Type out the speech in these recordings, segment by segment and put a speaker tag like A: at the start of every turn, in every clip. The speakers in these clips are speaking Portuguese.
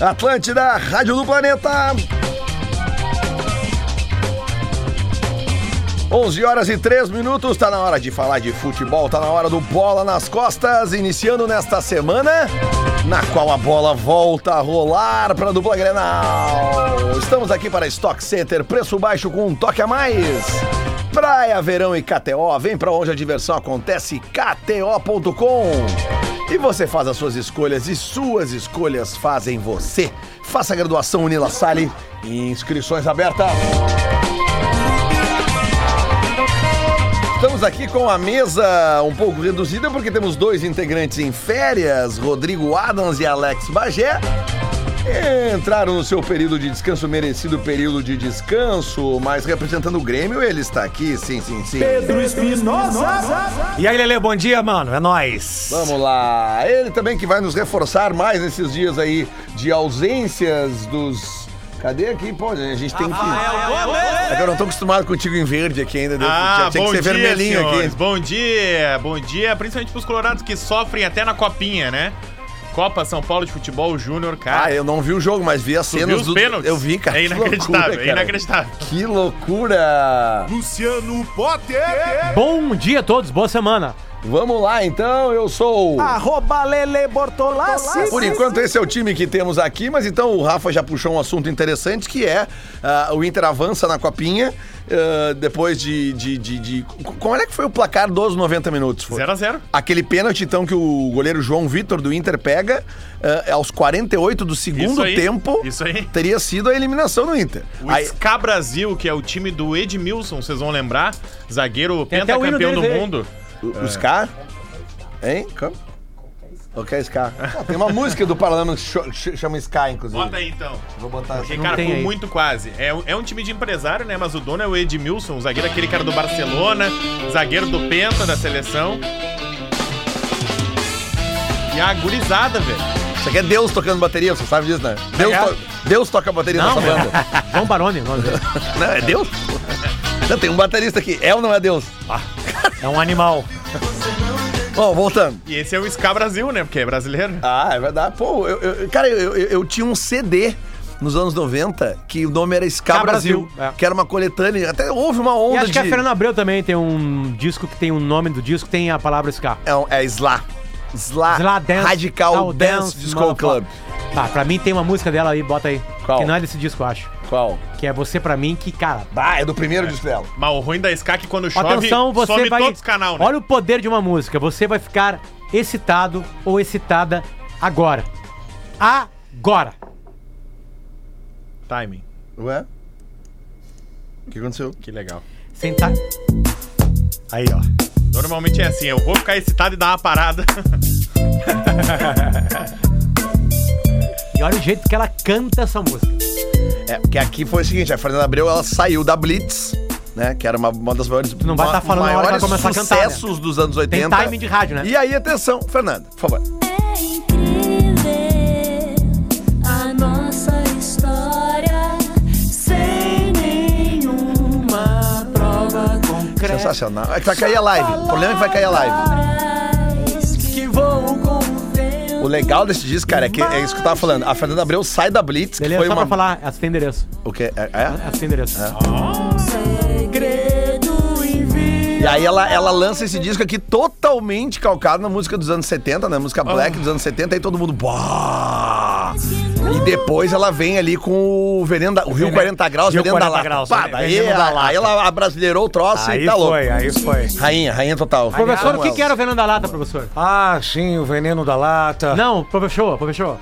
A: Atlântida, Rádio do Planeta. 11 horas e 3 minutos, tá na hora de falar de futebol, tá na hora do Bola nas Costas, iniciando nesta semana, na qual a bola volta a rolar para a dupla Grenal. Estamos aqui para Stock Center, preço baixo com um toque a mais. Praia, verão e KTO, vem para onde a diversão acontece, kto.com. E você faz as suas escolhas e suas escolhas fazem você. Faça a graduação Unila Sale, inscrições abertas. Estamos aqui com a mesa um pouco reduzida porque temos dois integrantes em férias, Rodrigo Adams e Alex Bagé. Entraram no seu período de descanso, merecido período de descanso, mas representando o Grêmio, ele está aqui, sim, sim, sim.
B: Pedro Espinosa.
C: E aí, Lele, bom dia, mano. É nóis.
A: Vamos lá. Ele também que vai nos reforçar mais nesses dias aí de ausências dos. Cadê aqui? Pô, a gente
D: Ah,
A: tem que. É que eu não tô acostumado contigo em verde aqui ainda. né?
D: Ah,
A: Tinha- Tinha
D: bom
A: que ser
D: dia,
A: vermelhinho
D: senhores.
A: aqui.
D: Bom dia, bom dia, principalmente pros colorados que sofrem até na copinha, né? Copa São Paulo de Futebol Júnior,
A: Ah,
D: cara.
A: eu não vi o jogo, mas vi as
D: Tu viu
A: cenas
D: os
A: do.
D: pênaltis?
A: Eu vi, cara.
D: É
A: que
D: inacreditável,
A: loucura,
D: é
A: cara.
D: inacreditável.
A: Que loucura!
B: Luciano Potter.
C: Bom dia a todos, boa semana.
A: Vamos lá então, eu sou.
D: Ah,
B: Arroba Lele Bortolassi.
A: Por enquanto, esse é o time que temos aqui, mas então o Rafa já puxou um assunto interessante que é ah, o Inter avança na copinha ah, depois de, de, de, de- Como é que foi o placar dos 90 minutos? Foi?
D: 0 a 0
A: Aquele pênalti, então, que o goleiro João Vitor do Inter pega ah, aos 48 do segundo
D: Isso aí,
A: tempo.
D: isso aí.
A: Teria sido a eliminação do Inter.
D: O
A: Aí-
D: SK Brasil, que é o time do Edmilson, vocês vão lembrar, zagueiro
C: Tem até o hino
D: pentacampeão do
C: deles aí.
D: mundo.
C: É.
A: O- Os K? Hein? Como? Ok, SK. Ah, tem uma música do Paralama que cho- ch- chama SK, inclusive.
D: Bota aí então.
A: Vou botar
D: Porque,
A: assim.
D: cara,
C: tem
D: ficou
C: aí.
D: muito quase. É, um- é um time de empresário, né? Mas o dono é o Edmilson, o zagueiro, aquele cara do Barcelona, zagueiro do Penta da seleção. E a gurizada, velho.
A: Isso aqui é Deus tocando bateria, você sabe disso, né? Deus,
C: É.
A: to- Deus toca bateria
C: Não, é.
A: nessa banda.
C: João Baroni, o nome dele.
A: Não, é Deus? Não, tem um baterista aqui. É ou não é Deus?
C: é um animal.
A: Bom, voltando.
D: E esse é o SK Brasil, né? Porque é brasileiro.
A: Ah, é verdade. Pô, eu, eu- cara, eu, eu- eu tinha um CD nos anos 90 que o nome era Ska
C: Ska
A: Brasil,
C: Brasil, é.
A: que era uma coletânea. Até houve uma
C: E
A: onda
C: acho
A: de...
C: que é a Fernanda Abreu também tem um disco que tem o nome do disco, tem a palavra Ska.
A: É, é Sla. Sla,
C: Sei lá, Dance-
A: Radical
C: Tal
A: Dance, Disco
C: Motherfucker.
A: Club.
C: Tá, pra mim tem uma música dela aí, bota aí.
A: Qual?
C: Que não é desse disco, eu acho.
A: Qual?
C: Que é Você Pra Mim, que, cara...
A: Ah, é do primeiro disco dela.
D: Mas o ruim da SK é que quando chove,
C: Atenção, você
D: some
C: vai...
D: todos os canal, né?
C: Olha o poder de uma música. Você vai ficar excitado ou excitada agora. Agora.
D: timing.
A: Ué? O que aconteceu?
D: Que legal.
C: Sentar. Aí, ó.
D: Normalmente é assim, eu vou ficar excitado e dar uma parada.
C: E olha o jeito que ela canta essa música.
A: É, porque aqui foi o seguinte, a Fernanda Abreu, ela saiu da Blitz, né? Que era uma, uma das maiores... Tu
C: não vai tá falando na hora que ela começar a cantar, né?
A: sucessos dos anos 80.
C: timing de rádio, né?
A: E aí, atenção, Fernanda, por favor.
E: É incrível a nossa história sem nenhuma prova concreta.
A: Sensacional. É que vai cair a live. O problema é que vai cair a live.
E: Que voo com o
A: O
E: vento.
A: legal desse disco, cara, é que é isso que eu tava falando. A Fernanda Abreu sai da Blitz, que
C: Beleza?
A: foi
C: Só
A: uma...
C: pra falar, essa tem endereço.
A: O quê? É? é?
C: Essa tem endereço.
E: um Segredo em vida.
A: E aí ela, ela lança esse disco aqui totalmente calcado na música dos anos 70, né?
C: Ah.
A: Música black dos anos 70, aí todo mundo... Bah! E depois ela vem ali com o Veneno da... O Rio 40 Graus,
C: Rio
A: Veneno da
C: 40
A: Lata.
C: graus,
A: Pá,
C: né?
A: daí,
C: Veneno da
A: ela- aí ela abrasileirou o troço e
F: Aí
A: tá louco.
F: foi, aí é foi.
A: Rainha, rainha total.
C: Professor, o que, que era o veneno da lata, professor?
F: Ah, tá. sim, o veneno da lata.
C: Não, professor, professor.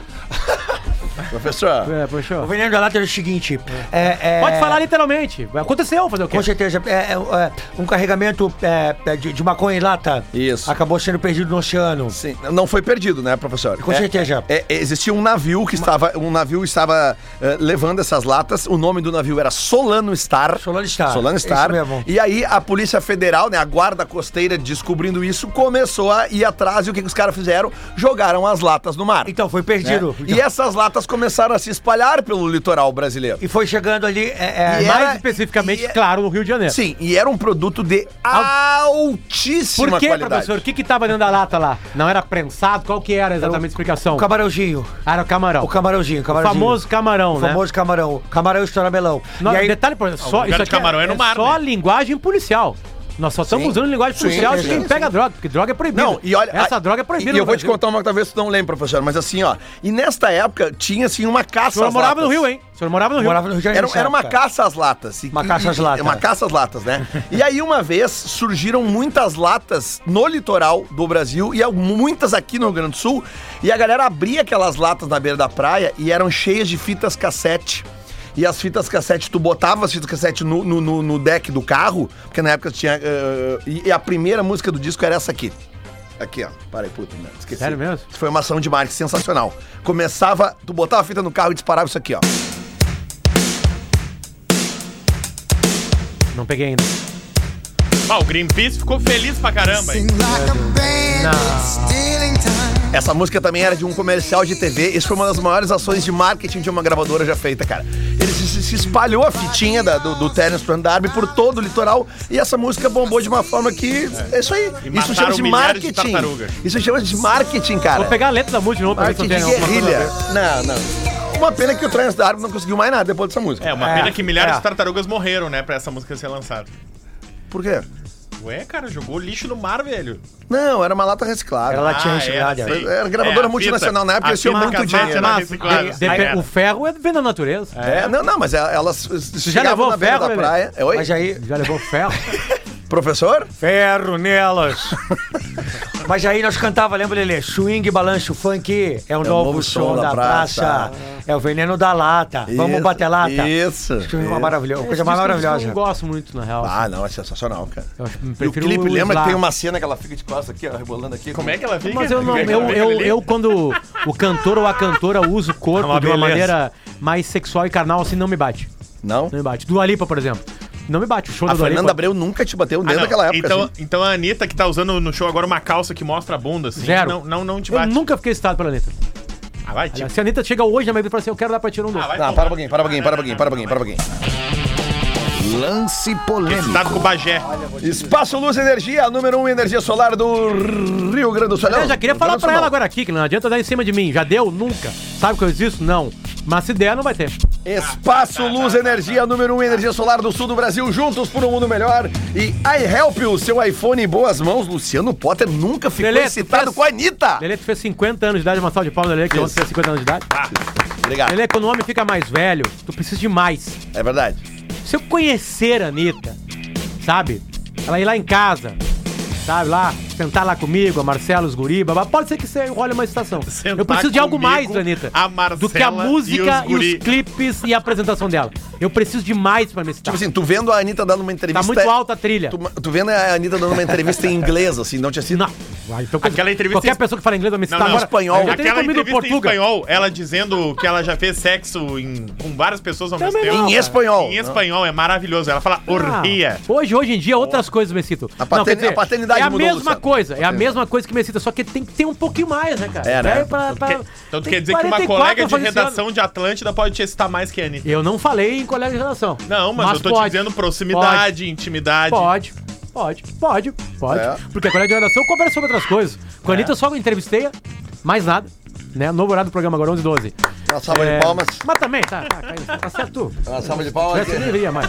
A: Professor,
C: É,
F: O
C: professor.
F: veneno da lata era o seguinte. é- é-
C: Pode falar literalmente. Aconteceu fazer o quê?
F: Com certeza. É, é, é, um carregamento é, é, de, de maconha em lata
A: Isso.
F: acabou sendo perdido no oceano.
A: sim, não foi perdido, né, professor?
F: Com
A: É-
F: certeza.
A: é- existia um navio que estava, um navio estava eh, levando essas latas. O nome do navio era Solano Star.
F: Solano Star,
A: Solano
F: isso
A: Star.
F: mesmo.
A: E aí a Polícia Federal, né, a Guarda Costeira, descobrindo isso, começou a ir atrás e o que, que os caras fizeram? Jogaram as latas no mar.
F: Então, foi
A: né?
F: perdido.
A: E essas latas começaram a se espalhar pelo litoral brasileiro.
F: E foi chegando ali. É, é,
A: E
C: Mais
A: era-
C: especificamente,
A: e é-
C: claro, no Rio de Janeiro.
A: Sim, e era um produto de altíssima
C: Por que,
A: qualidade.
C: professor? O que que tava dentro da lata lá? Não era prensado? Qual que era exatamente a explicação?
F: O camarãozinho.
C: Ah, era o camarão.
F: O camarãozinho, o
C: O
F: camarãozinho.
C: famoso camarão,
F: O
C: né?
F: famoso camarão. Camarão estouramelão.
C: Não,
F: e aí,
C: detalhe, por exemplo, só,
D: lugar
C: isso
D: de
C: aqui
D: camarão é no mar,
C: só
D: né?
C: linguagem policial. Nós só estamos
A: Sim.
C: usando linguagem
A: Sim,
C: policial de
A: sim,
C: quem
A: sim.
C: pega droga, porque droga é proibida.
A: Não, e olha.
C: Essa
A: a-
C: droga é proibida.
A: E
C: no
A: eu vou te
C: Brasil.
A: contar uma que talvez tu não lembre, professor, mas assim, ó. E nesta época tinha, assim, uma
C: O
A: caça.
C: senhor
A: às
C: morava no
A: latas.
C: Rio, hein? O senhor morava no Rio.
F: morava no Rio de Janeiro.
A: Era, era uma
F: nessa época.
A: caça às latas. E-
F: Uma caça às
A: e-
F: latas.
A: Uma caça às latas, né? E aí, uma vez, surgiram muitas latas no litoral do Brasil e al- muitas aqui no Rio Grande do Sul. E a galera abria aquelas latas na beira da praia e eram cheias de fitas cassete. E as fitas cassete, tu botava as fitas cassete no, no, no- no deck do carro, porque na época tinha. eh, e, e a primeira música do disco era essa aqui. Aqui, ó. Para aí, puta, né? esqueci.
C: Sério mesmo?
A: Foi uma ação de marketing sensacional. Começava, tu botava a fita no carro e disparava isso aqui, ó.
C: Não peguei ainda.
D: Ah, o Greenpeace ficou feliz pra caramba. hein?
A: Essa música também era de um comercial de TV. Isso foi uma das maiores ações de marketing de uma gravadora já feita, cara. Ele se, se- se espalhou a fitinha da- do, do Terence Trent D'Arby por todo o litoral e essa música bombou de uma forma que. É isso aí.
D: E
A: Isso
D: mataram
A: chama de
D: milhares de
A: marketing.
D: tartarugas.
A: Isso chama de marketing, cara.
C: Vou pegar a letra da música de novo pra ver se
A: Marketing
C: eu
A: de
C: tenho alguma coisa a
A: guerrilha.
C: ver.
A: Não, não. Uma pena que o Trent D'Arby não conseguiu mais nada depois dessa música.
D: É, uma
C: É,
D: pena que milhares
C: é.
D: de tartarugas morreram, né, pra essa música ser lançada.
A: Por quê?
D: Ué, cara, jogou lixo no mar, velho.
A: Não, era uma lata reciclável.
F: Ela tinha
D: Ah,
F: reciclado.
D: era, sim. É,
A: Era gravadora
D: a
A: multinacional na época,
D: a
A: eles tinham
D: fita
A: muito
D: cassete
A: dinheiro.
D: era
A: Mas,
D: reciclada,
C: Mas,
D: sim,
C: depe-
D: era.
C: o ferro é- vem da natureza.
A: É, não, não, mas elas já
C: levou
A: na beira
C: ferro,
A: da
C: Lelê?
A: praia. É, Oi?
F: Mas aí.
C: Já levou ferro?
A: Professor?
F: Ferro nelas. Mas aí nós cantava, lembra, Lelê? Swing, balanço, funk. É o novo, som, da praça. É o veneno da lata. Vamos
A: Isso,
F: bater lata.
A: Isso.
F: Isso é uma
A: isso.
F: maravilhosa, uma coisa
C: Esses discos
F: mais maravilhosa.
C: Eu não gosto muito, na real.
A: Ah, não, é sensacional, cara.
C: Eu acho-
A: E o
C: prefiro
A: Felipe,
C: o
A: lembra que
C: Slav.
A: tem uma cena que ela fica de costas aqui, ó, rebolando aqui?
D: Como é que ela fica?
C: Mas eu não,
D: Como é que
C: eu,
D: ela
C: eu,
D: fica
C: eu
D: ali?
C: quando o cantor ou a cantora usa o corpo
G: É uma
C: de uma
G: beleza.
C: maneira mais sexual e carnal, assim, não me bate.
D: é?
A: Não?
C: Não me bate. Dua Lipa, por exemplo. Não me bate. O show
A: A
C: da Dua
A: Fernanda
C: Lipa.
A: Abreu nunca te bateu
D: Ah,
A: nem
D: não.
A: naquela época.
D: então,
A: assim.
D: então a Anitta que tá usando no show agora uma calça que mostra a bunda, assim,
C: Zero.
D: Não, não, não te
C: Eu
D: bate.
C: nunca fiquei excitado pela Anitta.
D: Ah, vai, tipo.
C: Aliás, Se a Anitta chega hoje na minha vida e fala assim, eu quero dar pra tirar um doce.
D: Ah, vai
A: Não,
D: tomar.
A: para um pouquinho, para um pouquinho, para um pouquinho, para um pouquinho, para um pouquinho.
H: Lance polêmico.
D: Excitado com o Bagé.
A: Espaço Luz Energia, número 1 um, energia solar do Rio Grande do Sul.
C: Eu
A: Não,
C: já queria
A: do
C: falar
A: Rio Grande do
C: pra
A: Sul,
C: ela
A: não.
C: agora aqui, que não adianta dar em cima de mim. Já deu? Nunca. Sabe que eu existo? Não. Mas se der, não vai ter.
A: Espaço Luz Energia, número 1, um, energia solar do sul do Brasil, juntos por um mundo melhor. E I Help You, seu iPhone em boas mãos. Luciano Potter nunca ficou
C: Lelê, tu
A: excitado
C: fez-
A: com a Anitta.
C: Lelê, tu fez 50 anos de idade, uma salva de palmas, Lelê, que ontem fez 50 anos de idade.
D: Ah.
A: Obrigado,
C: Lelê, quando o homem fica mais velho, tu precisa de mais.
A: é verdade.
C: Se eu conhecer a Anitta, sabe? Ela ir lá em casa, sabe? Lá, sentar lá comigo, a Marcela, os guri, babá. Pode ser que você role uma estação.
D: Sentar
C: eu preciso de algo
D: comigo,
C: mais, da Anitta.
D: a Marcela
C: do que a música
D: e os
C: e
D: guri.
C: os, clipes e a apresentação dela. Eu preciso de mais pra me excitar.
A: Tipo assim, tu vendo a Anitta dando uma
C: tá
A: entrevista.
C: muito alta a trilha.
A: Tu, tu vendo a Anitta dando uma entrevista em inglês, assim, não tinha sido.
C: Não. Ah, então,
D: Aquela entrevista
C: Qualquer
D: em-
C: pessoa que fala inglês vai me citar
D: não.
C: agora.
A: Espanhol.
C: Eu já tenho
D: Aquela
C: comido
D: entrevista em
C: portuga.
D: espanhol, ela dizendo que ela já fez sexo em- com várias pessoas ao mesmo
C: Também
D: tempo.
A: Em espanhol.
D: Em espanhol, é maravilhoso. Ela fala
C: Ah,
D: orgia.
C: hoje, hoje em dia, outras coisas me excitam.
A: A paterni-
C: quer
A: a paternidade
C: É a
A: mudou,
C: mesma
A: Luciano.
C: coisa, é a mesma coisa que me excita, só que tem que ter um pouquinho mais, né, cara?
A: É, né?
C: Velho pra- pra-
D: Então tu
C: tem
D: quer dizer que uma
C: 44
D: colega
C: pra
D: de
C: fazer esse
D: redação de Atlântida pode te excitar mais que a Anitta?
C: ano. Eu não falei em colega de redação.
D: Não, mas, eu tô te dizendo proximidade, intimidade.
C: Pode, pode, pode, pode.
A: É.
C: Porque a colega de redação conversa sobre outras coisas. Com
D: É.
C: a Anitta eu só me entrevistei, mais nada. Né? Novo horário do programa agora, 11 e 12.
A: Uma salva
C: É,
A: de palmas.
C: Mas também, tá, tá, tá, tá certo.
A: Uma salva de palmas.
C: Essa eu nem lia mais.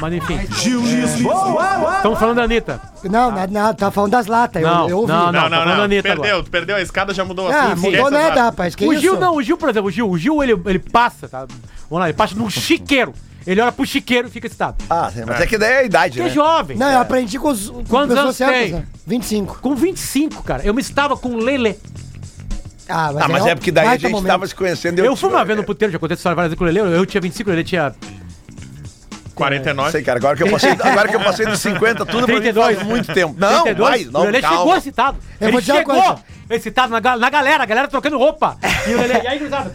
C: Mas enfim,
B: Gil Lisboa.
C: estamos falando da Anitta.
I: Não, não, não, tá falando das latas.
C: Não,
I: eu, eu ouvi.
C: não,
D: Não, não,
C: tá
D: não.
C: falando da Anitta
D: Perdeu,
C: agora.
D: tu perdeu a escada, já mudou
I: Ah,
D: assunto.
I: mudou
D: Esquece essa
I: nada,
D: frase.
I: rapaz. Que
C: o
I: isso?
C: Gil não, o Gil, por exemplo, o Gil, o Gil ele, ele passa, tá? Vamos lá, ele passa num chiqueiro. Ele olha pro chiqueiro e fica excitado.
A: Ah, mas é que daí é a idade,
C: Porque é
A: né?
C: jovem.
I: Não, eu aprendi com os. Com
C: Quantos anos tem?
I: né? 25.
C: Com 25, cara, eu me estava com o Lele.
I: Ah, mas,
A: Ah, mas é porque daí a
I: baita
A: gente
I: momento.
A: tava se conhecendo.
C: Eu, fui uma vez no puteiro, já contei essa história várias vezes com o Lele. Eu tinha 25, o Lele tinha
D: 49.
A: Não sei, cara, agora que eu passei, agora que eu passei dos 50, tudo pra mim faz
C: 32.
A: muito tempo. Não,
C: 32.
A: mais, não,
C: o Lelê
A: calma.
C: chegou assim, excitado.
I: Eu
C: ele
I: vou dizer uma
C: chegou.
I: coisa.
C: excitado na, ga- na galera, a galera trocando roupa. E, o Lelê, e aí, gurizada?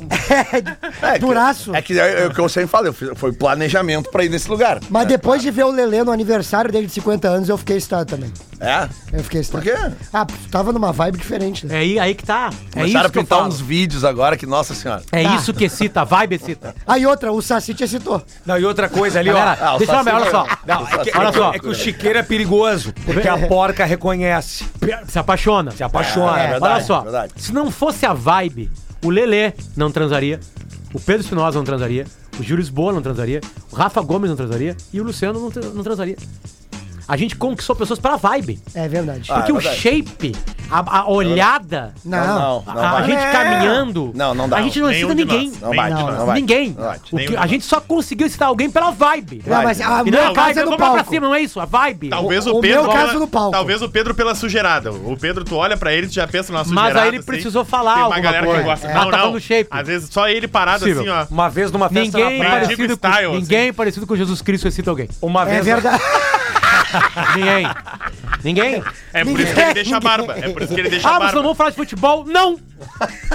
A: É
I: Duraço.
A: Que, é que é, é o que eu sempre falo, eu fiz- foi planejamento pra ir nesse lugar.
I: Mas depois de ver o Lelê no aniversário dele de 50 anos, eu fiquei estado também.
A: É?
I: Eu fiquei estado.
A: Por quê?
I: Ah, tu tava numa vibe diferente, né?
C: É aí, aí que tá. É
A: Começaram
C: isso
A: a
C: que eu
A: pintar
C: falo.
A: uns vídeos agora que, nossa senhora.
C: É
I: Tá.
C: isso que excita, a vibe excita.
I: Aí outra, o Saci te excitou.
F: Não, e outra coisa ali, ó.
C: Galera,
A: Ah, o
C: deixa eu falar,
A: Saci-
C: olha só.
F: Não, é que, é
C: Olha
F: que-
C: só.
F: é que o chiqueiro é perigoso, porque a porca reconhece.
C: Se apaixona.
F: Se apaixona.
A: É, é verdade.
C: Olha só,
A: verdade.
C: se não fosse a vibe, o Lelê não transaria, o Pedro Espinosa não transaria, o Júlio Lisboa não transaria, o Rafa Gomes não transaria e o Luciano não, tra- não transaria. A gente conquistou pessoas pela vibe.
I: É verdade.
A: Ah,
C: Porque
A: é
C: o
A: verdade.
C: shape,
F: É
C: a, a olhada,
I: não.
A: não, não
C: a, a
A: vai.
C: gente caminhando,
A: Não, não dá.
C: a gente não
D: Nenhum
C: excita
D: de
C: ninguém.
D: nós.
A: Não
D: Nenhum
A: vai,
D: de
A: não,
D: nós.
A: não vai.
C: Ninguém.
A: Não vai.
C: O que-
D: Nenhum
C: a
D: de
C: gente só conseguiu citar alguém pela vibe.
I: Não, mas a,
C: E
I: o
C: não é
I: meu
C: a
I: caso é
C: vibe,
I: do
C: vamos lá pra
I: palco.
C: cima, não é isso? A vibe.
D: Talvez o,
I: o
D: Pedro.
I: meu caso no palco.
D: Talvez o Pedro pela sujeirada. O Pedro, tu olha pra ele, tu já pensa na sujeirada.
C: Mas aí ele
D: assim.
C: precisou falar
D: Tem uma
C: alguma
D: galera
C: coisa.
D: que gosta.
C: É.
D: Não,
C: Ah, tá
D: não.
C: falando shape.
D: Às vezes só ele parado
C: Possível.
D: assim, ó.
F: Uma vez numa festa
C: Ninguém
F: na praia,
D: Tipo
C: parecido, com,
D: style, assim.
C: ninguém parecido com Jesus Cristo excita alguém.
F: uma
I: É
F: vez
I: verdade.
C: Ninguém. Ninguém.
D: É por isso que ele deixa a barba. É por isso que ele deixa a
C: Ah, mas
D: barba.
C: não vamos falar de futebol? Não!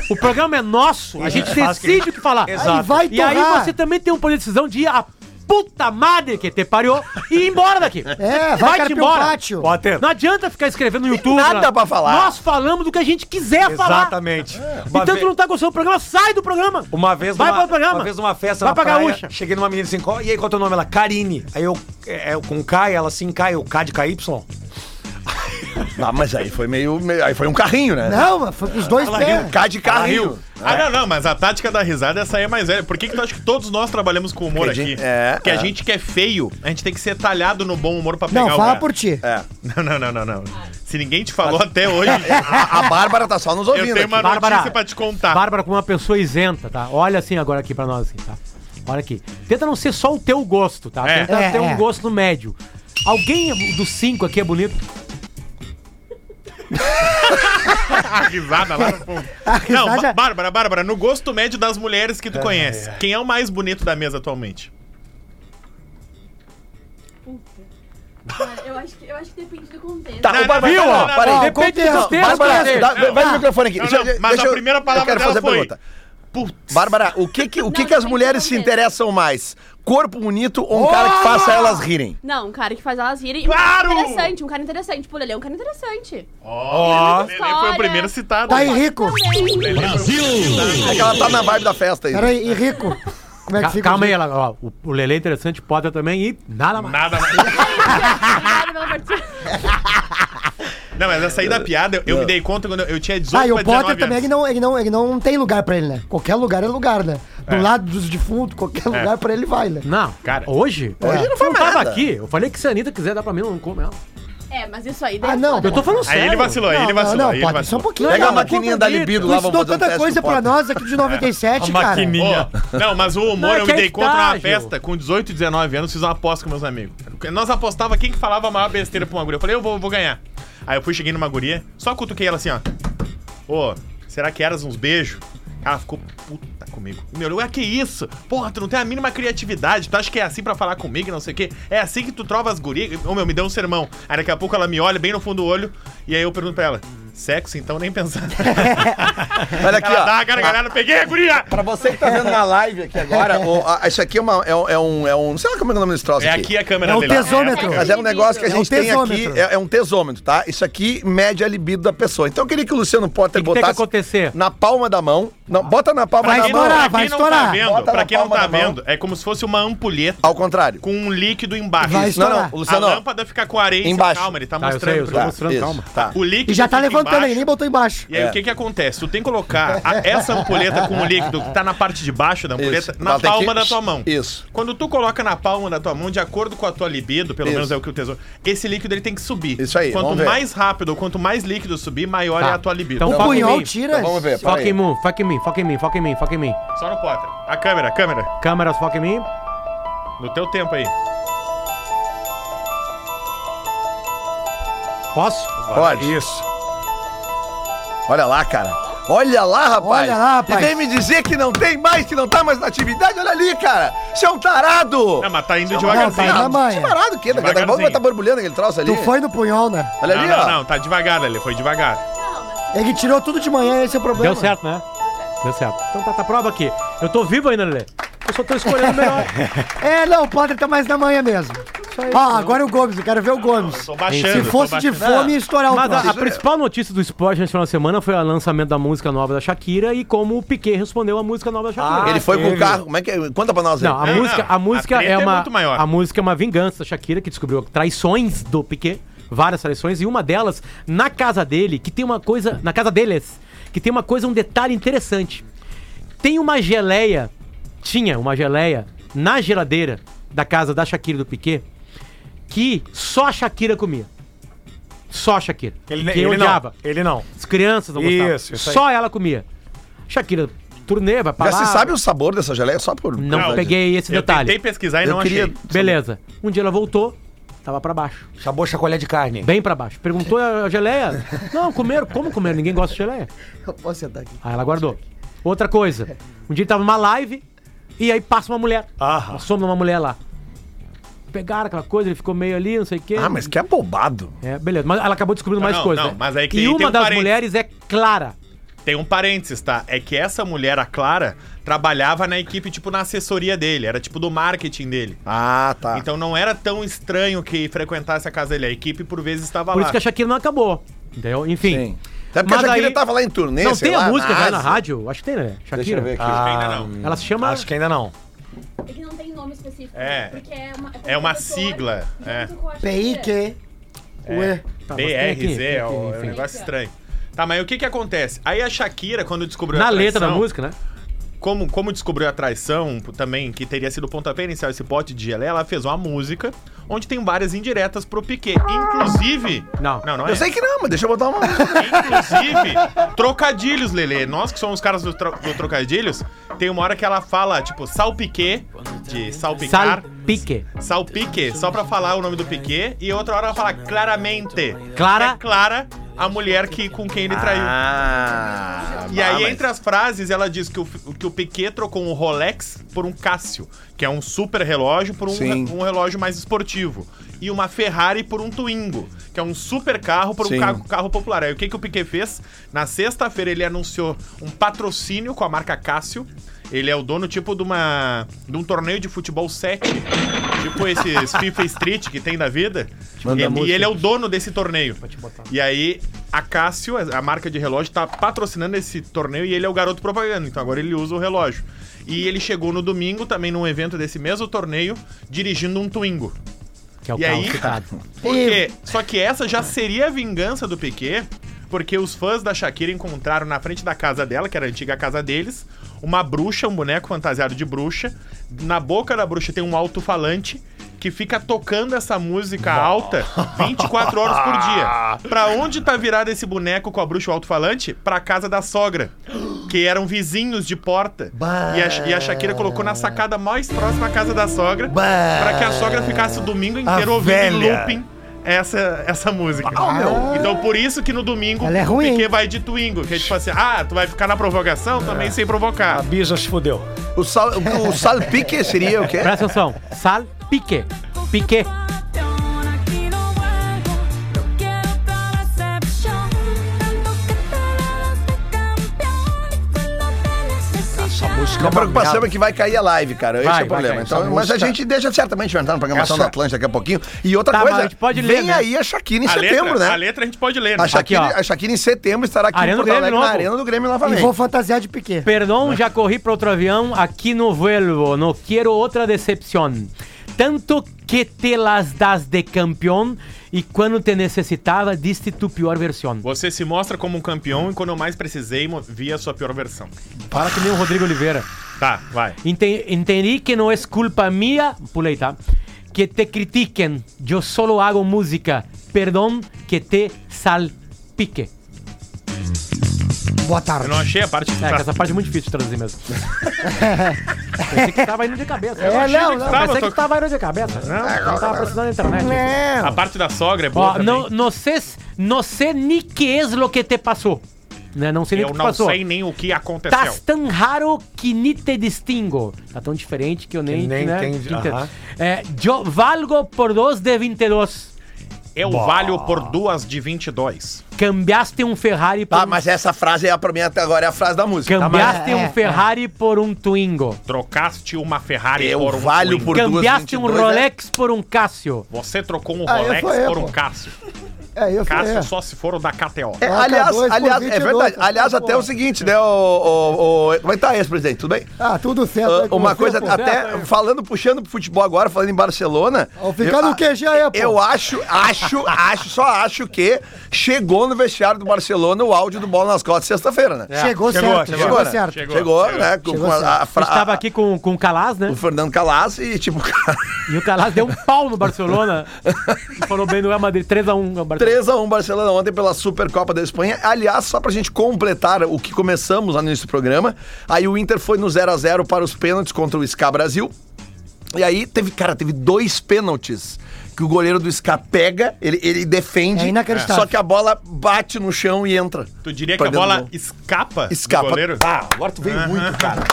C: O programa é nosso, a gente decide o que falar.
I: Aí vai
C: E aí
I: torrar.
C: você também tem um poder de decisão de ir a puta madre que te pariu e ir embora daqui.
I: É, vai
C: Vai-te
I: carpir o
C: embora.
I: pátio.
F: Potter.
C: Não adianta ficar escrevendo no YouTube.
A: nada
C: né?
A: pra falar.
C: Nós falamos do que a gente quiser falar.
F: Exatamente. Uma
C: Então tu
F: ve-
C: não tá gostando do programa, sai do programa.
F: Uma vez
C: Vai
F: numa,
C: pro programa.
F: uma vez numa festa
C: Vai
F: na
C: pra
F: praia,
C: gaúcha.
F: cheguei numa menina assim, qual- e aí qual é o teu nome? Ela, Karine. Aí eu, é, é, com K, ela assim, K, eu, K de KY.
A: Ah, mas aí foi meio, meio- Aí foi um carrinho, né?
I: Não, mas foi pros dois pés.
A: Cá de carrinho.
D: Ah, não, não, mas a tática da risada essa aí é mais velha. Por que, que tu acha que todos nós trabalhamos com humor
A: Porque a
D: aqui?
A: gente- é,
D: Porque a
A: é.
D: gente que é feio, a gente tem que ser talhado no bom humor pra pegar
I: Não,
D: o
I: fala
D: cara.
I: por ti.
A: É.
D: Não, não, não, não, não. Se ninguém te falou até hoje,
A: A, a Bárbara tá só nos ouvindo.
D: eu tenho uma
A: aqui.
D: notícia pra te contar.
C: Bárbara como uma pessoa isenta, tá? Olha assim agora aqui pra nós, assim, tá? Olha aqui. Tenta não ser só o teu gosto, tá?
D: É.
C: Tenta
I: É,
C: ter um
I: é.
C: gosto no médio. Alguém dos cinco aqui é bonito?
D: A Ah, risada lá no fundo.
I: risada
D: Não, Bá-
I: já-
D: Bárbara, Bárbara, no gosto médio das mulheres que tu conhece, quem é o mais bonito da mesa atualmente?
G: Cara, eu acho que, eu acho que depende do contexto.
A: Tá,
D: Não,
A: ô,
D: não,
A: Bárbara,
D: não,
A: não,
D: não,
A: para aí.
I: não, Depende
C: Depende dos
I: contexto.
C: textos.
A: Bárbara,
C: Bárbara,
A: dá-
D: não.
A: vai no microfone aqui.
D: Não,
A: Deixa-
D: não, mas
A: deixa
D: a primeira palavra
A: eu quero
D: dela
A: fazer a
D: foi-
A: pergunta.
D: Putz.
A: Bárbara, o que, que, o que,
G: Não,
A: que as
G: depende
A: mulheres
G: do
A: se
G: contexto.
A: interessam mais? Corpo bonito ou um cara que faça elas rirem?
G: Não, um cara que faz elas rirem.
D: Claro!
G: Um cara interessante, um cara interessante. Pô, Lelê é um cara interessante.
D: Ó,
G: Ó.
D: Lelê foi o primeiro citado.
I: Tá aí, rico.
G: Também.
A: É que ela tá na vibe da festa aí.
I: Pera aí, e rico. Como é que
C: Ca-
I: fica?
C: Calma aí, ela, ó, o, o Lelê é interessante, pode também e nada mais.
D: Nada mais.
G: Obrigada pela participação.
D: Não, mas essa aí da piada, eu, eu me dei conta quando eu, eu tinha 18
I: Ah, e o
D: pra 19
I: Potter também,
D: anos.
I: ele não, ele, não, ele não tem lugar pra ele, né? Qualquer lugar é lugar, né? Do lado dos defuntos, qualquer
C: É.
I: lugar pra ele vai, né?
C: Não,
D: Cara.
C: hoje?
A: É. Hoje não
C: eu
A: foi
C: não tava
A: nada.
C: aqui. Eu falei que se a Anitta quiser dar pra mim, eu não como ela.
G: É, mas isso aí daí
I: Ah,
G: é
I: não.
G: foda,
C: Eu tô falando sério.
D: Aí ele vacilou, aí ele vacilou. aí ele
I: Potter, só um
D: vacilou.
I: pouquinho.
A: Pega a
I: cara.
A: maquininha da libido
I: Tu
A: lá, vamos
I: ensinou
A: botar um
I: tanta
A: teste
I: coisa
A: no
I: pra
A: Potter.
I: nós aqui de 97, cara.
F: maquininha.
D: Ó, não, mas o humor
C: Não, é
D: eu
C: que
D: me
C: aí
D: dei
C: que
D: conta
C: tá,
D: numa
C: Gil.
D: festa com 18, 19 anos, fiz uma aposta com meus amigos. Nós apostava quem que falava a maior besteira pra uma guria. Eu falei, eu vou, vou ganhar. Aí eu fui, cheguei numa guria, só cutuquei ela assim, ó. Ô, será que eras uns beijos? Ela ficou puta comigo. E Meu, olhou, ah, que isso? Porra, tu não tem a mínima criatividade. Tu acha que é assim pra falar comigo e não sei o quê? É assim que tu trova as gurias? Ô, meu, me deu um sermão. Aí daqui a pouco ela me olha bem no fundo do olho e aí eu pergunto pra ela, sexo então nem pensar.
A: Olha aqui,
D: ela dá
A: ó.
D: uma gargalhada, peguei a guria!
A: Pra você que tá vendo na live aqui agora, o- a- isso aqui é, uma, é, um- é um, é um. Sei lá como é o nome desse troço
D: É
A: aqui.
D: aqui a câmera
I: É o
D: dele.
I: tesômetro.
A: Mas é um negócio que a
I: É um
A: gente tem aqui,
I: tesômetro.
A: é, é um tesômetro, tá? Isso aqui mede a libido da pessoa. Então eu queria que o Luciano Potter
C: O que tem que
A: botasse
C: acontecer?
A: na palma da mão. Não, bota na palma
I: Vai
A: da
I: estourar,
A: mão.
D: pra
I: vai
D: quem não
I: estourar.
D: Tá vendo,
A: Bota
D: pra
A: na
D: quem não
A: palma
D: tá
A: da mão.
D: vendo, é como se fosse uma ampulheta
A: Ao contrário.
D: com um líquido embaixo.
I: Vai
A: Não,
I: estourar.
A: não, Luciano.
D: a lâmpada fica com a areia em
A: Embaixo.
D: calma, ele tá,
C: Tá, eu
D: mostrando.
C: sei, eu tô
A: Tá,
D: pra-
C: mostrando,
A: isso,
C: calma.
A: Tá.
D: O líquido
I: E já tá
D: fica
I: levantando aí,
D: embaixo,
I: nem botou embaixo.
D: E aí,
A: É.
D: o que que acontece? Tu tem que colocar a- essa ampulheta com o líquido que tá na parte de baixo da ampuleta,
A: Isso.
D: na
A: Ela tem
D: palma
A: que-
D: da tua mão.
A: Isso.
D: Quando tu coloca na palma da tua mão, de acordo com a tua libido, pelo
A: Isso.
D: menos é o que o tesouro... Esse líquido, ele tem que subir.
A: Isso aí, vamos
D: Quanto
A: ver.
D: mais rápido ou quanto mais líquido subir, maior é
C: Tá.
D: a tua libido.
C: Então,
I: O
C: Foca em
I: punhol
C: mim.
I: tira.
A: Vamos ver,
C: Foca em
A: peraí.
C: mim, foca em mim, foca em mim, foca em mim, foca em mim.
D: Só no Potter. A câmera, a câmera.
C: Câmeras, foca em mim.
D: No teu tempo aí.
C: Posso?
A: Pode.
F: Isso.
A: Olha lá, cara. Olha lá, rapaz.
I: Olha lá, rapaz.
A: E vem me dizer que não tem mais, que não tá mais na atividade. Olha ali, cara. Você é um tarado.
D: Não, mas tá indo
I: Não,
C: É
D: devagarzinho.
I: tá na manha.
A: Parado o quê? Daqui a pouco vai
D: Devagarzinho.
A: estar borbulhando aquele troço ali.
I: Tu foi no punhol, né?
A: Olha
D: não,
A: ali,
D: não,
A: ó.
D: não, tá devagar, Lelê, foi devagar.
G: Não, mas
I: Ele tirou tudo de manhã, esse é o problema.
C: Deu certo, né? Deu certo. Então tá, tá prova aqui. Eu tô vivo ainda, Lelê. Eu só tô escolhendo o melhor.
I: É, não, o Potter tá mais na manhã mesmo. Ó, agora é o Gomes, eu quero ver o Gomes.
D: Tô baixando.
I: Se
D: tô
I: fosse de
D: baixando.
I: fome, ia estourar o
C: Mas a, a
I: troço.
C: principal notícia do esporte nesse final de semana foi o lançamento da música nova da Shakira e como o Piquet respondeu à música nova da Shakira.
A: Ele foi com o carro. Como é que é? Conta pra nós aí.
C: Ah, Não, a
D: Não,
C: música,
D: não.
C: a música
D: A
C: é
D: treta é
C: uma
D: muito maior.
C: a música é uma vingança da Shakira que descobriu traições do Piquet, várias traições e uma delas na casa dele, que tem uma coisa, na casa deles, que tem uma coisa, um detalhe interessante. Tem uma geleia, tinha uma geleia na geladeira da casa da Shakira e do Piquet que só a Shakira comia. Só a Shakira.
F: Ele,
C: Piquet
F: ele
C: odiava.
F: não. Ele não.
C: As crianças não gostavam.
F: Isso, isso aí.
C: Só ela comia. Shakira, turnê, vai pra
A: Já
C: lá.
A: se sabe o sabor dessa geleia só por.
C: Não
D: Não,
C: peguei esse
D: Eu
C: detalhe.
D: tentei pesquisar e
A: Eu
D: não
A: queria-
D: achei.
C: Beleza. Um dia ela voltou, tava pra baixo.
F: Sabor chacolé de carne.
C: Bem pra baixo. Perguntou a geleia. Não, comeram. Como comeram? Ninguém gosta de geleia.
I: Eu posso sentar aqui.
C: Aí ela guardou. Outra coisa. Um dia ele tava numa live e aí passa uma mulher.
F: Aham.
C: Assombra uma mulher lá. Pegaram aquela coisa, ele ficou meio ali, não sei o quê.
A: Ah, mas que abobado.
C: É, beleza. Mas ela acabou descobrindo
D: Não,
C: mais
D: não,
C: coisas.
D: não,
C: né?
D: mas aí que
C: e
D: tem-
C: uma
D: tem um
C: das
D: parênteses.
C: mulheres é Clara.
D: Tem um parênteses, tá? É que essa mulher, a Clara, trabalhava na equipe, tipo, na assessoria dele. Era tipo do marketing dele.
A: Ah, tá.
D: Então não era tão estranho que frequentasse a casa dele. A equipe, por vezes, estava
C: Por
D: lá.
C: isso que a Shakira não acabou. Entendeu? Enfim.
A: Sim. Até porque a
C: Mas
A: Shakira
C: aí-
A: tava lá em turnê,
C: Não
A: sei
C: tem a
A: lá,
C: música já na
A: Ásia.
C: rádio? Acho que tem, né?
A: Deixa
C: Shakira.
A: eu ver aqui.
D: Ainda não.
C: Ela se chama.
F: Acho que ainda não.
G: É que não tem nome específico.
D: É.
G: Porque é uma,
D: É uma
G: professora
D: sigla, é.
G: junto com a Shakira.
I: PIQ. É. Ué.
C: Tá, mas tem aqui,
D: BRZ
C: tem
D: é,
C: aqui,
D: o- é um
C: enfim.
D: negócio estranho. Tá, mas o que que acontece? Aí a Shakira, quando descobriu
C: Na
D: a
C: letra da
D: traição,
C: música, né?
D: como, como descobriu a traição também, que teria sido o pontapé inicial esse pote de geleia, ela fez uma música onde tem várias indiretas pro Piquet. Inclusive.
C: Não.
D: Não, não é.
A: Eu sei que não, mas deixa eu botar uma.
D: Inclusive, trocadilhos, Lelê. Nós que somos os caras do, tro- do trocadilhos, tem uma hora que ela fala, tipo, salpiquê, de salpicar.
C: Salpique.
D: Salpique, só pra falar o nome do Piquet. E outra hora ela fala claramente.
C: Clara-
D: É clara, a mulher que, com quem ele traiu.
A: Ah.
D: E aí,
A: mas-
D: entre as frases, ela diz que o, que o Piquet trocou um Rolex por um Cássio, que é um super relógio, por um,
A: Sim.
D: re- um relógio mais esportivo. E uma Ferrari por um Twingo, que é um super carro por
A: Sim.
D: um carro, carro popular. Aí o que, que o Piquet fez? Na sexta-feira, ele anunciou um patrocínio com a marca Cássio. Ele é o dono, tipo, de uma. de um torneio de futebol 7. Tipo esses FIFA Street que tem da vida.
A: Manda
D: E-
A: a
D: e
A: música.
D: ele é o dono desse torneio. E aí, a Cássio, a marca de relógio, tá patrocinando esse torneio e ele é o garoto propaganda. Então agora ele usa o relógio. E ele chegou no domingo, também num evento desse mesmo torneio, dirigindo um Twingo.
C: Que é o
D: E
C: carro
D: aí?
C: citado.
D: Por quê? Só que essa já seria a vingança do Piquet, porque os fãs da Shakira encontraram na frente da casa dela, que era a antiga casa deles, uma bruxa, um boneco fantasiado de bruxa. Na boca da bruxa tem um alto-falante que fica tocando essa música alta 24 horas por dia. Pra onde tá virado esse boneco com a bruxa e o alto-falante? Pra casa da sogra, que eram vizinhos de porta. E a, e a Shakira colocou na sacada mais próxima à casa da sogra, pra que a sogra ficasse o domingo inteiro
F: A
D: ouvindo em
F: velha.
D: looping essa, essa música. Então por isso que no domingo
I: Ela é ruim,
D: o Piquet
I: hein?
D: vai de Twingo, que é tipo assim, ah, tu vai ficar na provocação também sem provocar.
F: Bisa se fudeu.
A: O, sal, o salpique seria o quê?
C: Presta atenção. Salpique. Pique.
F: Essa música
A: A preocupação é que vai cair a live, cara. Esse
C: né? Vai,
A: é o problema.
C: vai cair.
A: Então,
F: Essa
A: mas a
F: música-
A: gente deixa certamente vai entrar na programação
F: Essa-
A: da Atlântica daqui a pouquinho. E outra
C: é Tá, mas
A: coisa,
C: a gente pode
A: vem
C: ler, né?
A: aí a Shakira em
D: A
A: setembro,
D: letra, a
A: né?
D: letra a gente pode ler, né?
A: A Shakira,
C: Aqui, ó.
A: a Shakira em setembro estará aqui
C: Arena
A: em
C: do
A: Porto
C: Grêmio
A: Alegre, na
C: novo.
A: Arena do Grêmio
I: E
A: novamente.
I: vou fantasiar de Piquet.
C: Perdão, já corri para outro avião. Aqui no vuelvo. No quiero outra decepción. Tanto que te las das de campeón y cuando te necesitaba diste tu pior versión.
D: Você se mostra como um campeão e quando eu mais precisei, mo- vi a sua pior versão.
C: Fala que nem o Rodrigo Oliveira.
D: Tá, vai.
C: Ente- entendí que no es culpa mía, pulei, tá? Que te critiquen. Yo solo hago música. Perdón que te salpique.
I: Boa
D: Eu
I: tarde.
D: não achei a parte que
C: É,
D: tá.
C: que essa parte é muito difícil de traduzir mesmo. Pensei que tava indo de cabeça.
I: É, não, não.
D: tava,
C: Pensei
D: tô-
C: que tava indo de cabeça. Não, eu tava precisando da internet.
I: Né,
D: A parte da sogra é boa
C: Ó,
D: também.
C: não, não sei, não sei nem que es lo que te passou. Né? Não sei nem o
D: eu
C: que te
D: não
C: passou.
D: sei nem o que aconteceu.
C: Tás tão raro que ni te distingo. Tá tão diferente que eu nem...
F: nem
C: né,
F: entendi,
C: que inte-
F: aham.
C: É, yo valgo por dos de 22.
D: Eu valho por duas de 22.
C: Cambiaste um Ferrari por
A: Tá, mas essa frase é a pra mim até agora é a frase da música.
C: Cambiaste
I: Tá, mas-
C: um
I: é,
C: Ferrari por um Twingo.
D: Trocaste uma Ferrari
A: Eu
D: por um
A: valho
D: Twingo.
A: por duas
C: Cambiaste um
A: 22, né?
C: Rolex por um Cássio.
D: Você trocou um
I: Ah, eu
D: Rolex
I: sou eu,
D: por um
I: pô.
D: Cássio.
I: É, eu
D: Cássio
I: é.
D: só se for o da KTO.
A: É,
I: Troca
A: aliás,
I: dois por
A: aliás, é
I: 22,
A: verdade.
I: tá
A: Aliás,
I: bom.
A: até o seguinte, né, o, o, o- Como é que tá esse, presidente? Tudo bem?
I: Ah, tudo certo.
A: Ah,
I: aí com
A: uma
I: você,
A: coisa,
I: pô.
A: até falando, puxando pro futebol agora, falando em Barcelona.
I: Ó, ficar
A: eu-
I: no QG aí, pô.
A: Eu acho, acho, acho, só acho que chegou no vestiário do Barcelona o áudio do Bola nas Costas sexta-feira, né?
I: Chegou,
D: Chegou,
I: certo,
D: chegou.
I: chegou,
A: né?
I: certo.
A: Chegou,
D: Chegou,
A: né? Com,
I: Chegou
A: com a-
I: certo.
A: a fra-
C: Estava aqui com, com o Calas, né?
A: O Fernando Calas e, tipo,
C: E o Calas deu um pau no Barcelona. E falou bem no Real Madrid. 3x1 no Barcelona.
A: 3x1 Barcelona ontem pela Supercopa da Espanha. Aliás, só pra gente completar o que começamos lá no início do programa, aí o Inter foi no 0x0 para os pênaltis contra o SK Brasil. E aí teve, cara, teve dois pênaltis que o goleiro do SK pega, ele, ele defende,
I: É inacreditável.
A: só que a bola bate no chão e entra.
D: Tu diria que
A: Pra
D: a
A: dentro do
D: bola
A: gol.
D: escapa,
A: Escapa.
D: do goleiro?
A: Ah, agora tu veio
D: Aham.
A: muito, cara.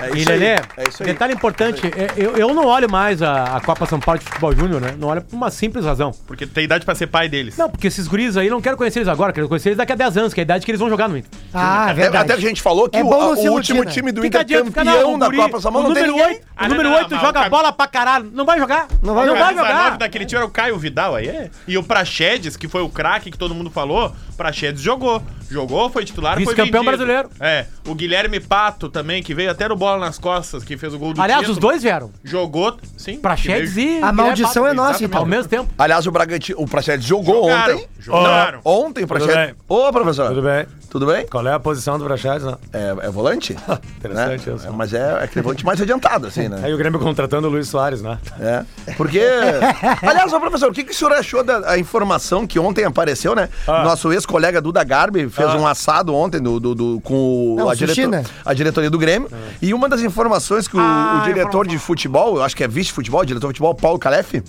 A: É
C: E
A: isso aí,
C: Lelê,
A: é isso aí.
C: detalhe importante, é, eu, eu não olho mais a, a Copa São Paulo de Futebol Júnior, né? Não olho por uma simples razão.
D: Porque tem idade pra ser pai deles.
C: Não, porque esses guris aí, não quero conhecer eles agora, quero conhecer eles daqui a 10 anos, que é a idade que eles vão jogar no Inter.
I: Ah, é
A: Até-
I: verdade.
A: Até a gente falou que
I: É
A: o,
I: bom não se
A: o
I: iludir,
A: último
I: né?
A: time do
C: Fica
A: Inter
C: adiante, fica
I: ah,
A: campeão
C: o
A: da
C: um guri-
A: Copa São
C: o
A: Paulo não tem
C: número
I: é
A: ninguém.
C: 8,
D: Ah,
C: o
D: não,
C: número
D: não,
C: 8
D: não,
C: joga
D: o cara-
C: bola pra caralho, não vai jogar. Não
I: vai
C: vai,
I: jogar.
C: jogar.
D: daquele time era o Caio Vidal aí, é? E o Praxedes, que foi o craque que todo mundo falou, Praxedes jogou. Jogou, foi titular, foi
C: Vice-campeão
D: vendido.
C: brasileiro.
D: É. O Guilherme Pato também, que veio até no bola nas costas, que fez o gol do
C: Aliás,
D: título.
C: os dois vieram.
D: Jogou, sim.
C: Praxedes
D: que veio-
C: e.
I: A maldição é
C: Guilherme
I: nossa,
C: Pato,
I: então.
C: Ao mesmo tempo.
A: Aliás, o Bragantino, o Praxedes jogou
D: Jogaram,
A: ontem. Ah,
D: jogaram.
A: Não, Ontem o Praxedes.
F: bem.
A: Ô, professor.
F: Tudo bem?
A: Tudo bem?
F: Qual é a posição do Brachades? não?
A: É, é volante?
F: Interessante
A: né?
F: isso.
A: É, mas é aquele volante mais adiantado, assim, né?
F: Aí o Grêmio contratando o Luiz Soares, né?
A: É. Porque. Aliás, ô professor, o que, que o senhor achou da a informação que ontem apareceu, né?
F: Ah.
A: Nosso ex-colega Duda Garbi fez um assado ontem do, do- do- com o-
I: É, o
A: a,
I: sushi,
A: diretor-
I: né?
A: a diretoria do Grêmio. E uma das informações que o, o diretor de futebol, eu acho que é vice-futebol, diretor de futebol, Paulo Calef,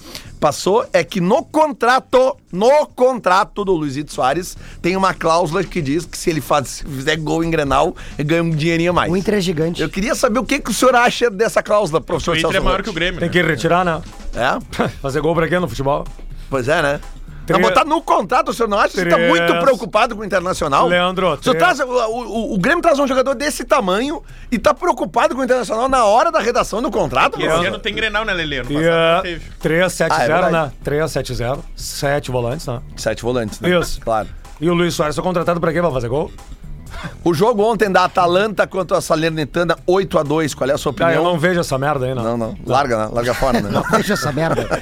A: passou é que no contrato, no contrato do Luizito Soares, tem uma cláusula que diz que se ele faz, se fizer gol em Grenal, ele ganha um dinheirinho a mais.
I: O Inter é gigante.
A: Eu queria saber o que, que o senhor acha dessa cláusula, professor
D: O Inter é
A: Celso
D: maior
A: Rotti.
D: que o Grêmio.
F: Tem que retirar, né?
A: É?
F: Fazer gol pra quê no futebol?
A: Pois é, né?
F: Tri-
A: Não, botar no contrato, o senhor não acha? Você tá
F: Três.
A: muito preocupado com o Internacional.
F: Leandro,
A: O senhor
F: três.
A: traz, o, o- o Grêmio traz um jogador desse tamanho e tá preocupado com o Internacional na hora da redação do contrato?
D: E esse
A: mano?
D: ano tem Grenal, né, Lelê? Ano
F: E
D: passado não
F: eh,
A: uh,
D: teve.
F: 3-7-0,
A: Ah, é
F: né?
A: verdade.
F: 3-7-0. Sete volantes, né?
A: Sete volantes,
F: Isso.
A: Claro.
F: E o Luiz Soares foi contratado pra quê? Pra fazer gol?
A: O jogo ontem da Atalanta contra a Salernitana, 8x2. Qual é a sua
F: Cara, Ah, eu
A: opinião?
F: não vejo essa merda aí, não.
A: não, não. Larga, né? Larga fora, né?
I: Deixa essa merda.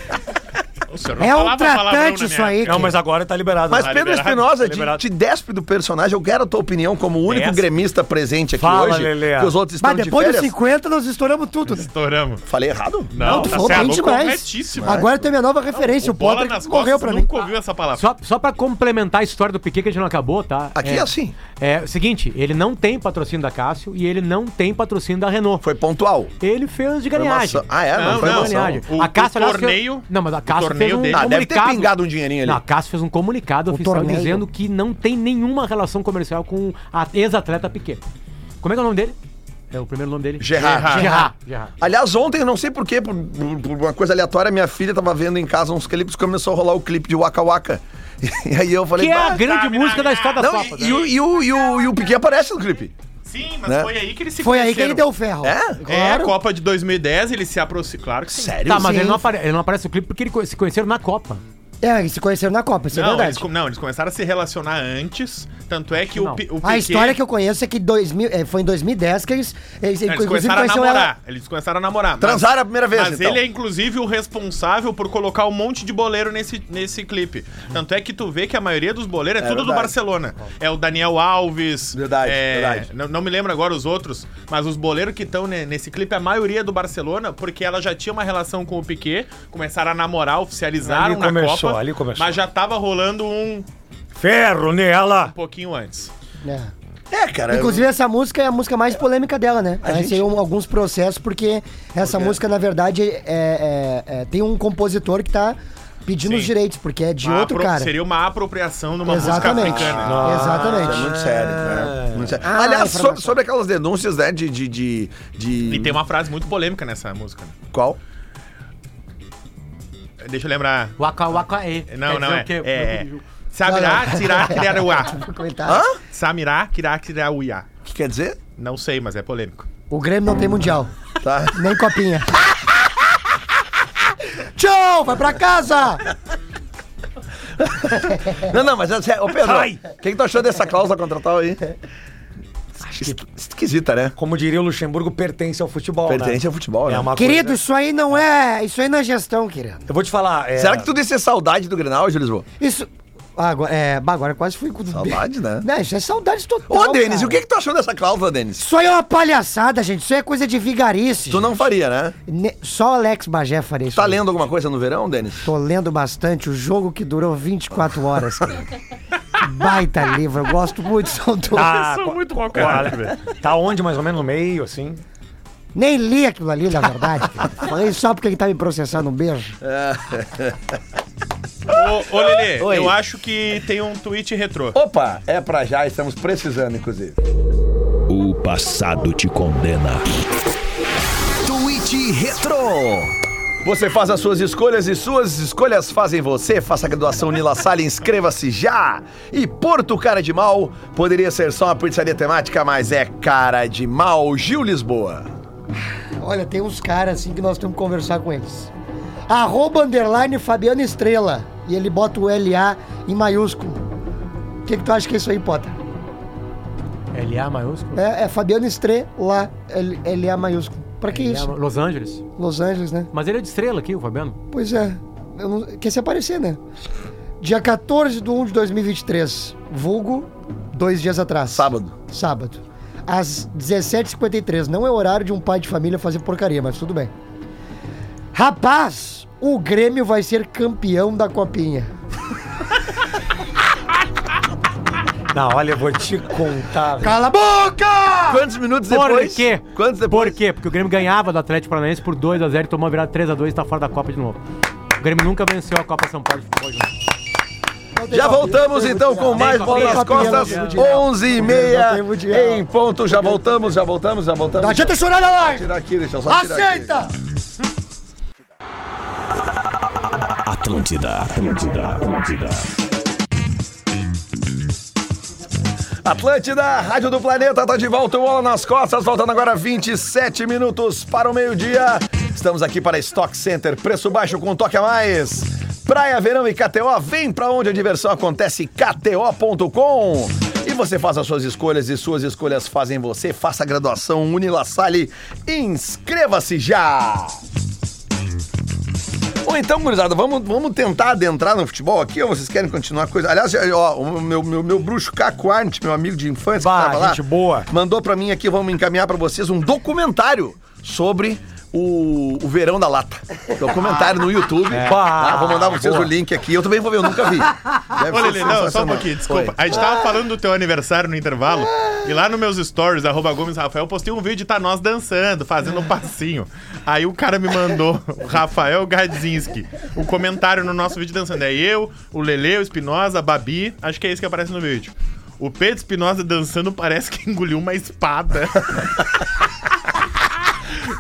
D: O senhor não
I: É um
D: falava né? palavrão na
I: tratante isso
D: minha-
I: aí,
F: Não, mas agora tá liberado.
A: Mas
F: né?
A: Pedro
D: liberado,
A: Espinosa,
F: tá
A: te,
F: liberado.
A: te despe do personagem. Eu quero a tua opinião como o único
D: Despe.
A: gremista presente aqui
F: Fala,
A: hoje.
F: Lelê.
A: Que os outros estão
I: Mas
A: de
I: depois dos
A: férias.
I: 50, nós estouramos tudo. né?
D: Estouramos.
A: Falei errado?
D: Não,
I: tu
D: tá
I: falou
D: certo.
I: bem demais.
D: corretíssimo.
I: Agora tem a minha nova referência. O
D: Bola
I: pobre
D: nas
I: correu
D: costas,
I: pra mim.
D: nunca ouviu essa palavra.
C: Só, só pra complementar a história do Piquet, que a gente não acabou, tá?
A: Aqui é assim.
C: É, o seguinte, ele não tem patrocínio da Cássio e ele não tem patrocínio da Renault.
A: Foi pontual.
C: Ele fez de
A: Foi uma
C: ganhagem.
A: ação- Ah, é?
D: Não,
A: Não, foi
D: não.
A: uma ação.
C: Sacanagem.
D: O-
C: a Cássio,
D: o
C: aliás, fez-
D: torneio-
C: Não, mas a
D: o
C: Cássio
D: torneio
C: fez um
D: dele.
A: Ah, deve ter
C: comunicado.
A: pingado um dinheirinho ali.
C: Não, a Cássio fez um comunicado oficial
I: torneio.
C: dizendo que não tem nenhuma relação comercial com a ex-atleta Piquet. Como é que é o nome dele? É o primeiro nome dele?
A: Gerard.
D: Gerard.
C: Gerard. Gerard.
A: Aliás, ontem, eu não sei porquê, por, por, por uma coisa aleatória, minha filha tava vendo em casa uns clipes, começou a rolar o clipe de Waka Waka. E aí eu falei...
C: Que é a
A: "Bah,
C: grande
D: sabe,
C: música
D: né?
C: da história da
A: não,
C: Copa.
A: e, e o, e, o, e, o, e o Piquet aparece no clipe.
D: Sim, mas
A: Né?
D: foi aí que ele se
I: Foi aí que ele deu
D: conheceram.
I: o ferro.
A: É?
D: É, a
I: Claro.
D: Copa de 2010, ele se aproximou. Claro que sim.
A: Sério?
C: Tá, mas
I: Sim.
C: ele não, apare- ele não aparece no clipe porque eles se conheceram na Copa.
I: É, eles se conheceram na Copa, isso é
D: Não
I: verdade.
D: eles, com- não, eles começaram a se relacionar antes. Tanto é que o,
C: Não.
D: Pi- o
I: Ah, A história que
D: eu.
I: eu conheço é que 2000, eh, foi em 2010 que eles, eles
D: Eles
I: inclusive,
D: começaram a
I: conheceram
D: namorar.
I: ela.
D: Eles começaram a namorar. mas-
A: Transaram a primeira vez,
D: Mas
A: então.
D: ele é, inclusive, o responsável por colocar um monte de boleiro nesse, nesse clipe. Tanto é que tu vê que a maioria dos boleiros é,
A: É
D: tudo do
A: verdade.
D: Barcelona. É o Daniel Alves.
A: Verdade,
D: é,
A: verdade.
D: Não, não me lembro agora os outros, mas os boleiros que estão ne- nesse clipe, a maioria é do Barcelona, porque ela já tinha uma relação com o Piquet, começaram a namorar, oficializaram
F: Ali
D: na
F: começou,
D: Copa.
F: ali começou.
D: Mas já tava rolando um
F: Ferro nela!
D: pouquinho antes.
I: É.
A: É, cara.
I: Inclusive, essa música é a música mais polêmica dela, né? Ela recebeu um- alguns processos, porque essa música, na verdade, é- é- é- tem um compositor que tá pedindo
D: Sim.
I: os direitos, porque é de
D: Uma
I: outro
D: apro-
I: cara.
D: Seria uma apropriação numa
I: Exatamente.
D: música africana.
A: Isso é
I: Exatamente.
A: muito sério, né? Muito sério.
I: Ah,
A: Aliás,
I: informação.
A: sobre, sobre aquelas denúncias, né, de... de, de, de-
D: E tem uma frase muito polêmica nessa música. né?
A: Qual?
D: Deixa eu lembrar.
C: Waka waka e.
D: Não,
C: Quer
D: não
C: dizer
D: é.
C: o quê?
D: É.
C: Meu Deus.
D: Samirá, tirá, criaruá.
I: Coitado.
D: Samirá, tirá, criaruá.
A: O que quer dizer?
D: Não sei, mas é polêmico.
I: O Grêmio não tem mundial.
A: Tá.
I: Nem copinha. Tchau, vai pra casa!
A: Não, não, mas é sério. Ô, Pedro, o que, que tu achou dessa cláusula contratual aí? Esqui- Esquisita, né?
F: Como diria o Luxemburgo, pertence ao futebol. né?
A: Pertence ao futebol, né?
F: É uma
I: Querido,
F: coisa-
I: isso aí não é. Isso aí não é gestão, querido.
F: Eu vou te falar. é-
A: Será que tu disse saudade do Grenal, Júlio Lisboa?
I: Isso. Ah, Agora, é, bah, agora quase fui com.
A: Saudade, né?
I: Não, isso é saudade total.
A: Ô, Denis,
I: cara.
A: o que, que tu achou dessa cláusula, Denis?
I: Isso aí é uma palhaçada, gente. Isso aí é coisa de vigarice.
A: Tu não faria, né?
I: Ne- Só Alex Bagé faria isso.
A: Tá
I: aí.
A: lendo alguma coisa no verão, Denis?
I: Tô lendo bastante o jogo que durou 24 horas, cara. Baita livro, eu gosto muito, são todos.
A: Ah.
F: Tá,
D: são muito mal
F: Olha, tá onde, mais ou menos? No meio, assim?
I: Nem li aquilo ali, na verdade. cara. Falei só porque ele tá me processando um beijo.
D: Ô, ô Lelê,
A: Oi.
D: eu acho que tem um tweet retrô.
A: Opa, é pra já, estamos precisando, inclusive.
B: O passado te condena.
H: Tweet Retro.
A: Você faz as suas escolhas e suas escolhas fazem você. Faça a graduação Nila Salle, inscreva-se já! E Porto Cara de Mal poderia ser só uma pizzaria temática, mas é cara de mal. Gil Lisboa.
I: Olha, tem uns caras assim que nós temos que conversar com eles. Arroba underline Fabiano Estrela. E ele bota o LA em maiúsculo. O que, que tu acha que é isso aí, Potter?
C: LA maiúsculo?
I: É, é Fabiano Estrela, L- LA maiúsculo. Pra que isso?
C: LA Los Angeles.
I: Los Angeles, né?
C: Mas ele é de estrela aqui, o Fabiano.
I: Pois é. Eu não- Quer se aparecer, né? Dia 14 de 1 de 2023. Vulgo, dois dias atrás.
A: Sábado.
I: Sábado. Às 17h53. Não é horário de um pai de família fazer porcaria, mas tudo bem. Rapaz, o Grêmio vai ser campeão da Copinha.
F: Não, olha, eu vou te contar. velho.
I: Cala a boca!
A: Quantos minutos
C: Por
A: depois?
C: quê?
A: Quantos depois?
C: Por quê? Porque o Grêmio ganhava do Atlético Paranaense por 2x0, tomou a virada 3x2 e tá fora da Copa de novo. O Grêmio nunca venceu a Copa São Paulo de futebol. gente.
A: Já voltamos então com mais
C: Tem
A: bola nas
C: papinha,
A: costas,
I: tem mundial.
A: 11 e
I: Não
A: meia
I: tem mundial.
A: em ponto. Já voltamos, já voltamos, já voltamos.
I: Não adianta chorar na live!
A: Tirar aqui, deixa eu só tirar aqui.
I: Aceita!
B: Atlântida, Atlântida, Atlântida.
A: Atlântida, Rádio do Planeta, tá de volta, o Bola nas costas, voltando agora 27 minutos para o meio-dia. Estamos aqui para Stock Center, preço baixo com um toque a mais. Praia, verão e KTO, vem pra onde a diversão acontece, kto.com. E você faz as suas escolhas e suas escolhas fazem você. Faça a graduação Unila Salle, inscreva-se já! Ou então, gurizada, vamos, vamos tentar adentrar no futebol aqui ou vocês querem continuar a coisa? Aliás, já- ó, o meu, meu, meu bruxo Caco Arndt, meu amigo de infância
F: Bah,
A: que tava lá,
F: gente boa.
A: mandou pra mim aqui, vamos encaminhar pra vocês um documentário sobre o, o Verão da Lata. Documentário no YouTube.
F: Bah,
A: Tá? Vou mandar pra vocês
F: É. boa.
A: o link aqui. Eu também vou ver, eu nunca vi. Deve ser
D: Ô, Lelê, não, só um
A: sensacional.
D: pouquinho, desculpa.
A: Oi.
D: A gente tava falando do teu aniversário no intervalo, e lá nos meus stories, arroba Gomes Rafael, eu postei um vídeo de tá nós dançando, fazendo um passinho. Aí o cara me mandou, o Rafael Gadzinski, o comentário no nosso vídeo dançando. É eu, o Lelê, o Espinosa, a Babi, acho que é isso que aparece no vídeo. O Pedro Espinosa dançando parece que engoliu uma espada.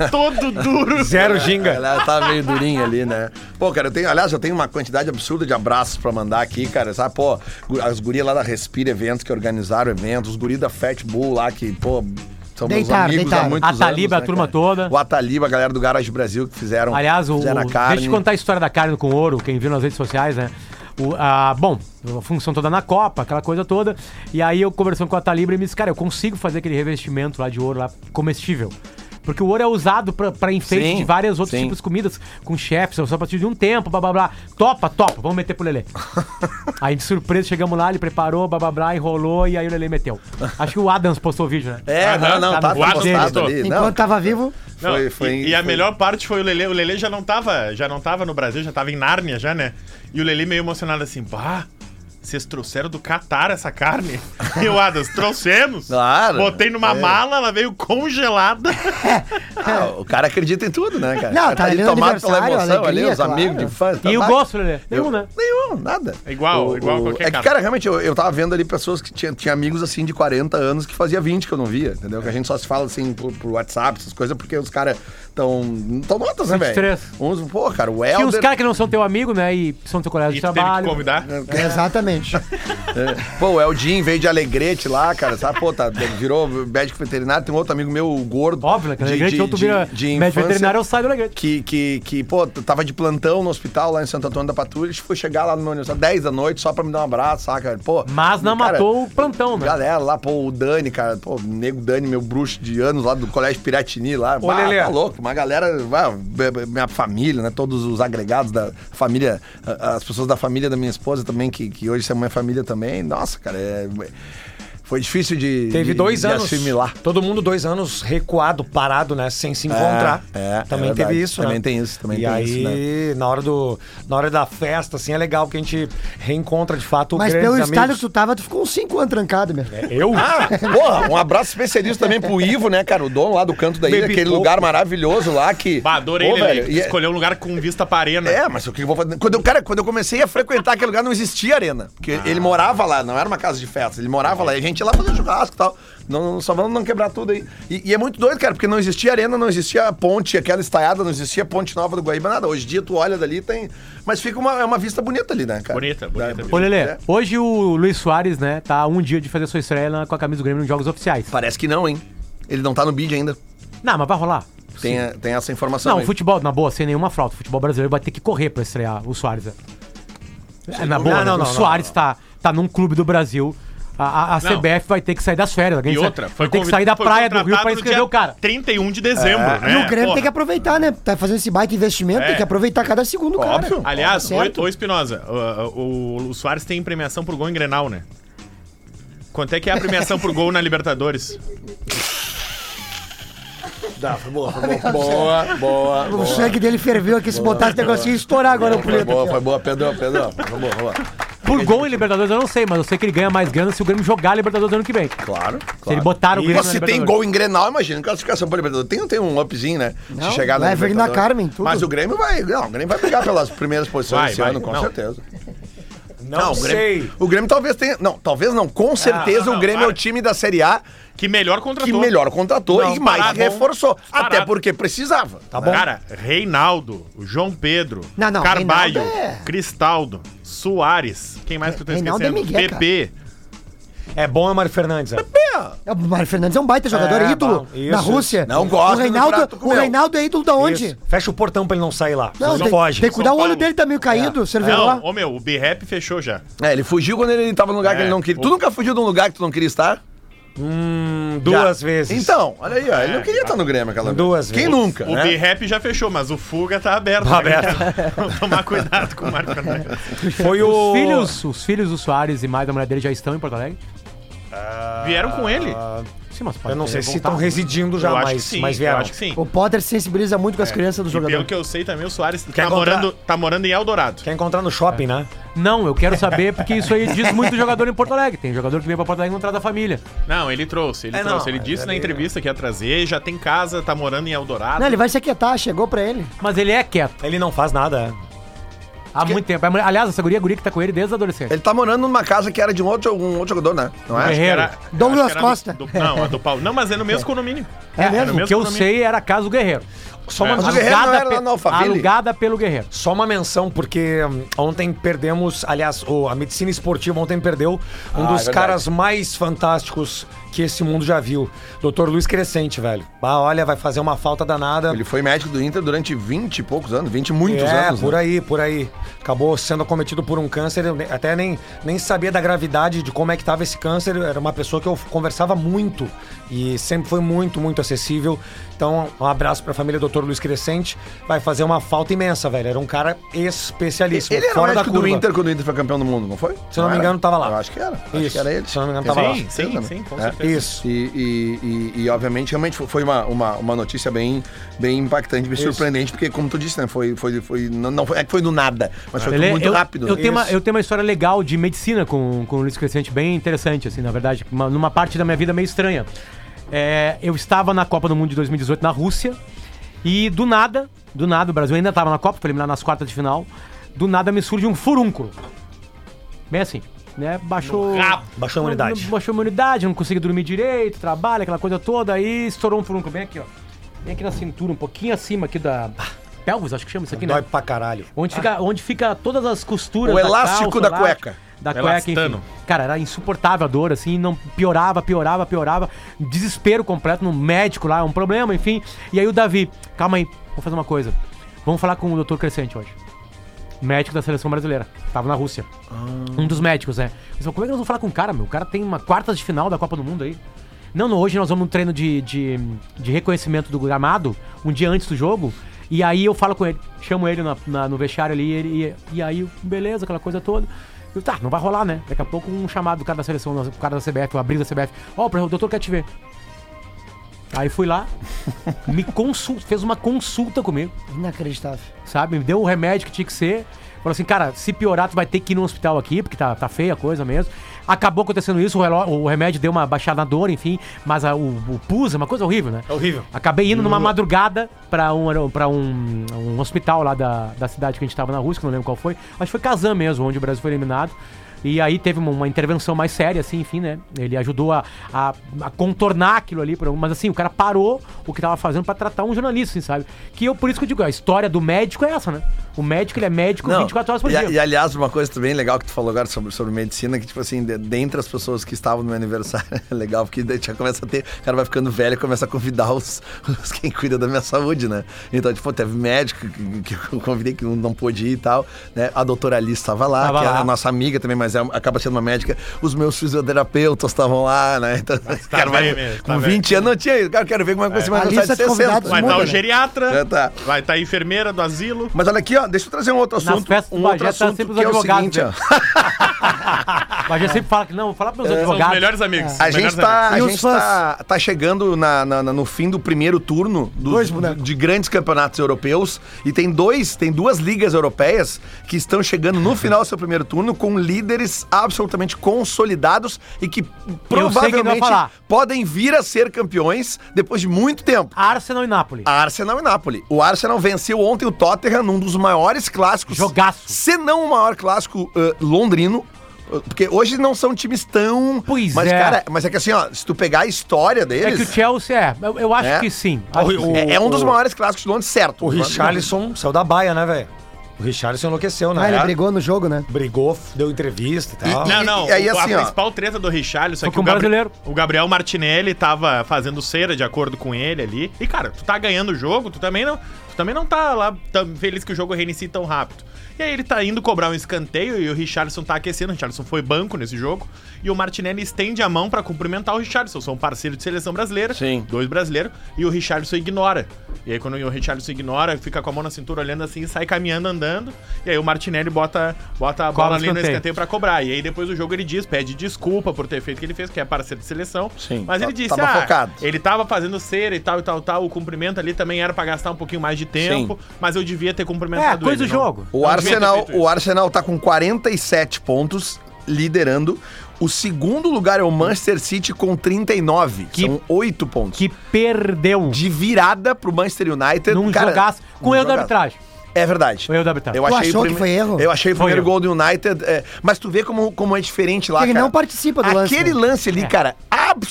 D: Todo duro.
F: Zero ginga.
A: Ela tá meio durinha ali, né? Pô, cara, eu tenho, aliás, eu tenho uma quantidade absurda de abraços pra mandar aqui, cara. Sabe, pô, gu- as gurias lá da Respira Eventos que organizaram eventos, os guris da Fat Bull lá que, pô, são
I: Deitaram,
A: meus amigos há
I: deitaram.
A: muitos anos. né,
C: Ataliba, a turma toda.
A: O Ataliba, a galera do Garage Brasil que fizeram.
C: Aliás, o,
A: fizeram a
C: deixa eu te
A: carne.
C: contar a história da carne com ouro, quem viu nas redes sociais, né? O, a, bom, a função toda na Copa, aquela coisa toda. E aí eu conversando com a Talibra e me disse, cara, eu consigo fazer aquele revestimento lá de ouro lá comestível. Porque o ouro é usado pra- pra enfeite
A: Sim,
C: de vários outros
A: sim.
C: tipos de comidas, com chefes, só a partir de um tempo, blá blá blá. Topa, topa, vamos meter pro Lelê. aí de surpresa chegamos lá, ele preparou, blá blá blá, enrolou e aí o Lelê meteu. Acho que o Adams postou o vídeo, né?
A: É, não, não, tá, tá
C: Aham, tá no
A: postado
D: Guarda,
A: ali.
I: Enquanto
A: Não,
I: tava vivo,
D: Não,
A: Foi-
D: e-
A: foi-
D: e, a
A: foi-
D: melhor parte foi o Lele. O Lele já não tava, já não tava no Brasil, já tava em Nárnia já, né? E o Lele meio emocionado assim, pá, vocês trouxeram do Catar essa carne? E o Adas, trouxemos.
A: Claro.
D: Botei numa
A: É.
D: mala, ela veio congelada.
A: ah, o cara acredita em tudo, né, cara?
I: Não,
A: O cara
I: tá ali no
A: tomado pela
I: aniversário,
A: emoção
I: alegria,
A: ali, os
I: claro.
A: amigos de tá fã.
C: E o gosto, Lelê? Nenhum, né?
A: Nenhum, Não, nada.
D: É igual, igual a qualquer
A: É que,
D: cara.
A: cara, realmente, eu, eu tava vendo ali pessoas que tinha, tinha amigos assim de 40 anos que fazia 20 que eu não via, entendeu?
D: É.
A: Que a gente só se fala assim por, por WhatsApp, essas coisas, porque os caras tão. Tão notas, né, velho?
C: 23.
A: Uns, pô, cara, o
C: Tinha uns
A: Helder.
C: caras que não são teu amigo, né? E são teu colega
D: E
C: de
D: tu teve que
C: trabalho.
D: convidar.
I: É, Exatamente.
A: É. Pô, o Eldin veio de Alegrete lá, cara, sabe? Pô, tá, virou médico veterinário. Tem um outro amigo meu, o gordo.
C: Óbvio, né, que
A: de-
C: alegrete,
A: de-
C: ou tu
A: de-
C: vira
A: de
C: médico
A: infância.
C: veterinário, eu saio né, do alegrete.
A: que, que, que, pô, t- tava de plantão no hospital lá em Santo Antônio da Patrulha, a gente foi chegar lá no meu aniversário 10 da noite só pra me dar um abraço, saca? Pô,
C: Mas não
A: cara,
C: matou o plantão, né?
A: Galera lá, pô, o Dani, cara, pô, o nego Dani, meu bruxo de anos lá do Colégio Piratini lá. Bah,
F: Lelê.
A: tá louco, uma galera, bah, b- b- minha família, né? Todos os agregados da família, a- as pessoas da família da minha esposa também, que, que hoje são minha família também. Nossa, cara, é- foi difícil de, de-
F: Teve dois
A: de
F: anos.
A: assimilar.
F: Todo mundo dois anos recuado, parado, né? Sem se encontrar.
A: é, é
F: também
A: verdade.
F: teve isso,
A: Também
F: né?
A: tem isso, também
F: e
A: tem
F: aí,
A: isso, né?
F: na hora do na hora da festa, assim, é legal que a gente reencontra de fato
I: Mas
F: grandes
I: pelo estado
F: amigos.
I: que tu tava, tu ficou uns 5 anos trancado, meu.
F: Eu?
A: Ah, porra, um abraço especialista também pro Ivo, né, cara? O dono lá do canto da ilha,
F: Bebi
A: aquele
F: pouco.
A: lugar maravilhoso lá que.
D: Bah, adorei,
A: Pô,
D: Lelê.
A: velho, e é-
D: Escolheu um lugar com vista pra arena.
A: É, mas o que eu vou fazer? Quando eu, cara, quando eu comecei a frequentar aquele lugar, não existia arena. Porque ele morava lá, não era uma casa de festas. Ele morava lá e a gente ia lá fazer churrasco e tal. Não, não- só vamos não quebrar tudo aí. E, e é muito doido, cara, porque não existia arena, não existia ponte, aquela estaiada, não existia ponte nova do Guaíba, nada. Hoje em dia tu olha dali tem. Mas fica uma, é uma vista bonita ali, né, cara?
D: Bonita, bonita.
C: Ô, Lelê,
A: É.
C: hoje o Luiz Soares, né, tá a um dia de fazer sua estreia na- com a camisa do Grêmio nos Jogos Oficiais.
A: Parece que não, hein? Ele não tá no bid ainda.
C: Não, mas vai rolar.
A: Tem, a- tem essa informação.
C: Não, o
A: aí.
C: futebol, na boa, sem nenhuma fraude, o futebol brasileiro vai ter que correr pra estrear o Soares. né? É, na boa,
F: não, não,
C: né?
F: não,
C: o
F: não,
C: Soares tá, tá num clube do Brasil. A, a- a
D: Não.
C: CBF vai ter que sair das férias. alguém
D: E
C: sai-
D: outra,
C: vai ter que sair da
D: convid- foi
C: praia do Rio
D: contratado
C: pra
D: no
C: escrever
D: dia
C: o cara.
D: 31
A: É.
D: de dezembro, né?
I: E o Grêmio
D: Porra.
I: tem que aproveitar, né? Tá fazendo esse baita investimento,
D: É.
I: tem que aproveitar cada segundo, cara.
A: Óbvio.
D: Aliás,
I: Tá certo.
D: ô, ô Espinosa, o, o- o Soares tem premiação por gol em Grenal, né? Quanto é que é a premiação por gol na Libertadores?
A: Dá, foi boa, foi boa. Boa, boa.
I: O sangue dele ferveu aqui, se botasse esse negocinho ia estourar agora o
A: Foi
I: preto.
A: boa, foi boa, Pedro, Pedro. Foi boa, foi boa.
C: Por gol em Libertadores eu não sei, mas eu sei que ele ganha mais grana se o Grêmio jogar a Libertadores ano que vem.
A: Claro,
C: Se ele
A: claro.
C: botar o
A: Pô,
C: Grêmio na
A: se tem
C: Libertadores.
A: gol em Grenal, imagina, classificação para Libertadores. Tem, tem um upzinho, né?
I: Não,
A: se chegar
I: vai vir na
A: Libertadores.
I: Carmen, tudo.
A: Mas o Grêmio vai, não, o Grêmio vai brigar pelas primeiras posições
D: Vai,
A: esse
D: vai,
A: ano, com
D: não.
A: certeza.
F: Não,
A: o Grêmio, o Grêmio talvez tenha, não, talvez não, com certeza
D: não, não,
A: o Grêmio é
D: Ah, para.
A: o time da Série A
D: Que melhor contratou.
A: que melhor contratou
D: Não,
A: e mais
D: parado.
A: reforçou, até
D: Parado.
A: porque precisava.
F: Tá bom.
D: Cara, Reinaldo, João Pedro,
I: né? Não, não,
D: Carvalho,
I: Reinaldo é-
D: Cristaldo, Soares. Quem mais que eu tô
I: Reinaldo é
D: esquecendo?
I: Miguel, cara.
D: PP.
F: É bom, Amaro Fernandes. É.
I: O Mário Fernandes é um baita jogador,
F: É,
I: é ídolo
F: bom, isso.
I: na Rússia.
A: Não gosta
I: o
A: do prato
I: Reinaldo,
A: com
I: o
A: mel.
I: Reinaldo é ídolo da onde?
F: Isso. Fecha o portão pra ele não sair lá.
I: Não,
F: Não,
I: tem,
F: foge.
I: tem que cuidar
D: São
I: o olho
D: Paulo.
I: dele tá meio caído, cerveló.
D: Não, ô meu, o B-Rap fechou já.
A: É, ele fugiu quando ele tava num lugar que
D: É,
A: ele não queria.
D: o-
A: Tu nunca fugiu de um lugar que tu não queria estar?
F: Hum, duas
A: Já.
F: vezes.
A: Então, olha aí, ó, ele não queria estar no Grêmio aquela
F: Duas
A: vez. Quem
F: vezes.
A: nunca,
D: O
A: né?
D: B-Rap já fechou, mas o Fuga tá aberto.
F: É? Tá aberto.
D: Vamos Tomar cuidado com o Marco Fernandes.
F: foi o.
C: Os filhos, os filhos do Soares e mais da mulher dele já estão em Porto Alegre?
D: Vieram com ele.
C: Sim, mas pode
F: Eu não sei
C: ter
F: se
C: voltado,
F: estão
C: né?
F: residindo já,
D: eu acho que
F: mas,
D: sim.
F: mas
D: eu
F: vieram.
D: acho que sim.
I: O Potter se sensibiliza muito
A: É.
I: com as crianças do
D: E pelo
I: jogador.
D: que eu sei também, o Soares
F: Quer
D: tá morando, tá morando em Eldorado.
F: Quer encontrar no shopping, né?
C: Não, eu quero saber porque isso aí diz muito do jogador em Porto Alegre. Tem jogador que vem pra Porto Alegre e não traz a família.
D: Não, ele trouxe, ele
F: É, não,
D: trouxe. ele
F: mas
D: disse na
F: ali-
D: entrevista que ia trazer, já tem casa, tá morando em Eldorado.
I: Não, é ele vai se aquietar, chegou pra ele.
C: Mas ele é quieto
F: Ele não faz nada. é.
C: há muito tempo. A mulher- Aliás, essa guria é a guria que tá com ele desde a adolescência.
A: Ele tá morando numa casa que era de um outro, um outro jogador, né? Não é?
C: Guerreiro.
I: Douglas
D: acho que era
I: Costa.
D: Do, do- não, a do Paulo. Não, mas é no mesmo condomínio.
C: É,
D: era
C: o que eu sei era a casa do Guerreiro. Só uma
A: Mas o Guerreiro não era lá no Alphaville?
C: alugada pelo Guerreiro.
F: Só uma menção, porque hum, ontem perdemos, aliás, o- a medicina esportiva ontem perdeu um dos
A: verdade.
F: caras mais fantásticos que esse mundo já viu. Dr. Luiz Crescente, velho. Ah, olha, vai fazer uma falta danada.
A: Ele foi médico do Inter durante 20 e poucos anos, 20 e muitos
F: é,
A: anos.
F: por
A: né?
F: aí, por aí. Acabou sendo acometido por um câncer, eu ne- até nem, nem sabia da gravidade de como é que tava esse câncer. Era uma pessoa que eu conversava muito e sempre foi muito, muito acessível. Então, um abraço pra família do Dr. Luiz Crescente. Vai fazer uma falta imensa, velho. Era um cara especialíssimo,
A: Ele era
F: fora da
A: médico
F: curva.
A: do Inter quando o Inter foi campeão do mundo, não foi?
F: Se eu não me
A: era?
F: engano, tava lá.
A: Eu acho que era. Acho
F: Isso.
A: que era ele. né?
F: Se eu não me engano, tava lá.
D: Sim, sim, sim, com certeza.
F: Isso.
A: É. E, e, e, e, obviamente, realmente fo- foi uma, uma, uma notícia bem, bem impactante, bem surpreendente, porque, como tu disse, né? Foi, foi, foi, não, não foi, é que foi do nada, mas foi tudo
C: Ele é-
A: muito
C: eu,
A: rápido. né?
C: Eu tenho, uma,
A: Isso.
C: eu tenho uma história legal de medicina com, com o Luiz Crescente, bem interessante, assim, na verdade, uma- numa parte da minha vida meio estranha. É, eu estava na Copa do Mundo de 2018 na Rússia e do nada, do nada, o Brasil ainda estava na Copa, preliminar nas quartas de final, do nada me surge um furúnculo. Bem assim, né? Baixou.
D: rabo.
F: Baixou a imunidade.
C: Não- não- Baixou a imunidade, não conseguia dormir direito, trabalha, aquela coisa toda, aí estourou um furúnculo bem aqui, ó. Bem aqui na cintura, um pouquinho acima aqui da. Pelvis, acho que chama isso aqui,
F: Dói
C: né?
F: pra caralho.
C: Onde fica, onde fica todas as costuras.
A: O elástico da
C: o
A: cueca.
C: Da cueca, enfim.
D: Elastano.
C: Cara, era insuportável a dor, assim, não piorava, piorava, piorava. Desespero completo no médico lá, é um problema, enfim. E aí o Davi, calma aí, vou fazer uma coisa. Vamos falar com o Dr. Crescente hoje. Médico da seleção brasileira. Tava na Rússia. Um dos médicos, né? Ele falou, como é que nós vamos falar com o cara, meu? O cara tem uma quartas de final da Copa do Mundo aí. Não, não, hoje nós vamos num treino de, de, de reconhecimento do gramado, um dia antes do jogo. E aí eu falo com ele, chamo ele na- na- no vestiário ali, e ele, e, e aí, beleza, aquela coisa toda. Eu, tá, não vai rolar, né? Daqui a pouco um chamado do cara da seleção, o cara da CBF, o abrigo da CBF. Ó, o doutor quer te ver. Aí fui lá, me consulta, fez uma consulta comigo
I: Inacreditável.
C: sabe? Me deu o remédio que tinha que ser. Falou assim, cara, se piorar, tu vai ter que ir no hospital aqui, porque tá, tá feia a coisa mesmo. Acabou acontecendo isso, o, reló- o remédio deu uma baixada na dor, enfim, mas a- o, o pus é uma coisa horrível, né?
D: É horrível.
C: Acabei indo numa
A: Hum.
C: madrugada pra um, pra um, um hospital lá da, da cidade que a gente tava na Rússia, que eu não lembro qual foi. Acho que foi Kazan mesmo, onde o Brasil foi eliminado. E aí teve uma, uma intervenção mais séria, assim, enfim, né? Ele ajudou a, a, a contornar aquilo ali. por um- Mas assim, o cara parou o que tava fazendo pra tratar um jornalista, assim, sabe? Que eu, por isso que eu digo, a história do médico é essa, né? O médico, ele é médico 24 horas por
A: e, a-
C: dia.
A: e aliás, uma coisa também legal que tu falou agora sobre, sobre medicina, que tipo assim, de- dentre as pessoas que estavam no meu aniversário, é legal, porque daí já começa a ter, o cara vai ficando velho e começa a convidar os, os quem cuida da minha saúde, né? Então, tipo, teve médico que, que eu convidei que não, não pôde ir e tal, né? A doutora Alice estava lá,
C: Tava
A: que é
C: lá.
A: a nossa amiga também, mas é, acaba sendo uma médica. Os meus fisioterapeutas estavam lá, né? Então, o cara
D: bem
A: vai-
D: mesmo, tá
A: com
D: bem.
A: 20 anos não tinha, cara, quero ver como é que vai ser meu
I: A
A: aniversário
I: lista de convidados
D: Vai
I: Muda,
D: estar o
I: né?
D: geriatra,
A: Já tá.
D: vai estar a enfermeira do asilo.
A: Mas olha aqui, ó, deixa eu trazer um outro
C: Nas
A: assunto.
C: festas do
A: um
C: Bagé tá sempre os
A: que é o
C: advogados,
A: seguinte,
C: né?
A: ó.
C: Mas eu sempre fala que não, vou falar pros
A: É,
C: meus
D: São os
C: advogados.
D: melhores amigos.
A: A gente,
D: os melhores
C: é.
A: tá,
D: amigos.
A: a
I: E os
A: gente
I: fãs?
A: tá, tá chegando na- na- na- no fim do primeiro turno dos-
I: Dois bonecos.
A: de grandes campeonatos europeus e tem dois, tem duas ligas europeias que estão chegando no final do seu primeiro turno com líderes absolutamente consolidados e que
C: quem vai
A: provavelmente
C: falar.
A: podem vir a ser campeões depois de muito tempo.
C: Arsenal e Nápoles.
A: Arsenal e Napoli. O Arsenal venceu ontem o Tottenham num dos maiores clássicos.
C: Jogaço.
A: Se não o maior clássico eh, londrino. eh, Porque hoje não são times tão.
C: Pois
A: mas,
C: é.
A: Cara, mas é que assim, ó, se tu pegar a história
C: É que o
A: deles.
C: Chelsea é. Eu, eu acho
A: É.
C: que sim. Acho que sim.
A: É, é um dos maiores clássicos de Londres, certo.
F: O Richarlison saiu da baia, né, velho? O Richarlison enlouqueceu, né?
I: Ah, ele
A: É?
I: brigou no jogo, né?
F: Brigou, deu entrevista e tal.
A: E-
D: Não, não.
A: e aí,
D: o-
A: assim,
D: a
A: ó. um
D: principal treta do Richarlison é
C: Foi com
D: o,
C: o
D: Gabri-
C: brasileiro.
D: o Gabriel Martinelli tava fazendo cera de acordo com ele ali. E, cara, tu tá ganhando o jogo, tu também não, tu também não tá lá tão feliz que o jogo reinicie tão rápido. E aí ele tá indo cobrar um escanteio e o Richarlison tá aquecendo. O Richarlison foi banco nesse jogo. E o Martinelli estende a mão pra cumprimentar o Richarlison. São parceiros de seleção brasileira.
A: Sim.
D: Dois brasileiros. E o Richarlison ignora. E aí quando o Richarlison ignora, fica com a mão na cintura olhando assim e sai caminhando, andando. E aí o Martinelli bota, bota a
C: Cobra
D: bola ali no
C: escanteio.
D: escanteio pra cobrar. E aí depois do jogo ele diz, pede desculpa por ter feito o que ele fez, que é parceiro de seleção.
A: Sim,
D: Mas ele
A: tá-
D: disse,
A: tava
D: ah,
A: focado."
D: ele tava fazendo cera e tal e tal e tal. O cumprimento ali também era pra gastar um pouquinho mais de tempo, mas eu devia ter
C: É,
D: cumprimentado
C: coisa do
D: ele, não.
C: jogo.
A: O
D: Não
A: Arsenal,
D: devia ter feito
A: o Arsenal tá com 47 pontos, liderando. O segundo lugar é o Manchester City com 39.
C: Que-
A: são 8 pontos.
C: Que perdeu. um.
A: De virada pro Manchester United.
C: num
A: cara,
C: jogaço com
A: num
C: erro da
A: jogaço.
C: arbitragem.
A: É verdade.
C: Foi erro da arbitragem.
A: Eu
I: Tu
A: achei
I: achou
A: o
I: que
A: prime-
I: foi erro?
A: Eu achei o
C: Tá. Foi
A: primeiro
C: erro.
A: gol do United. é, mas tu vê como, como é diferente lá,
I: Ele
A: cara.
I: não participa do lance,
A: Aquele
I: né?
A: lance
C: É.
A: ali, cara,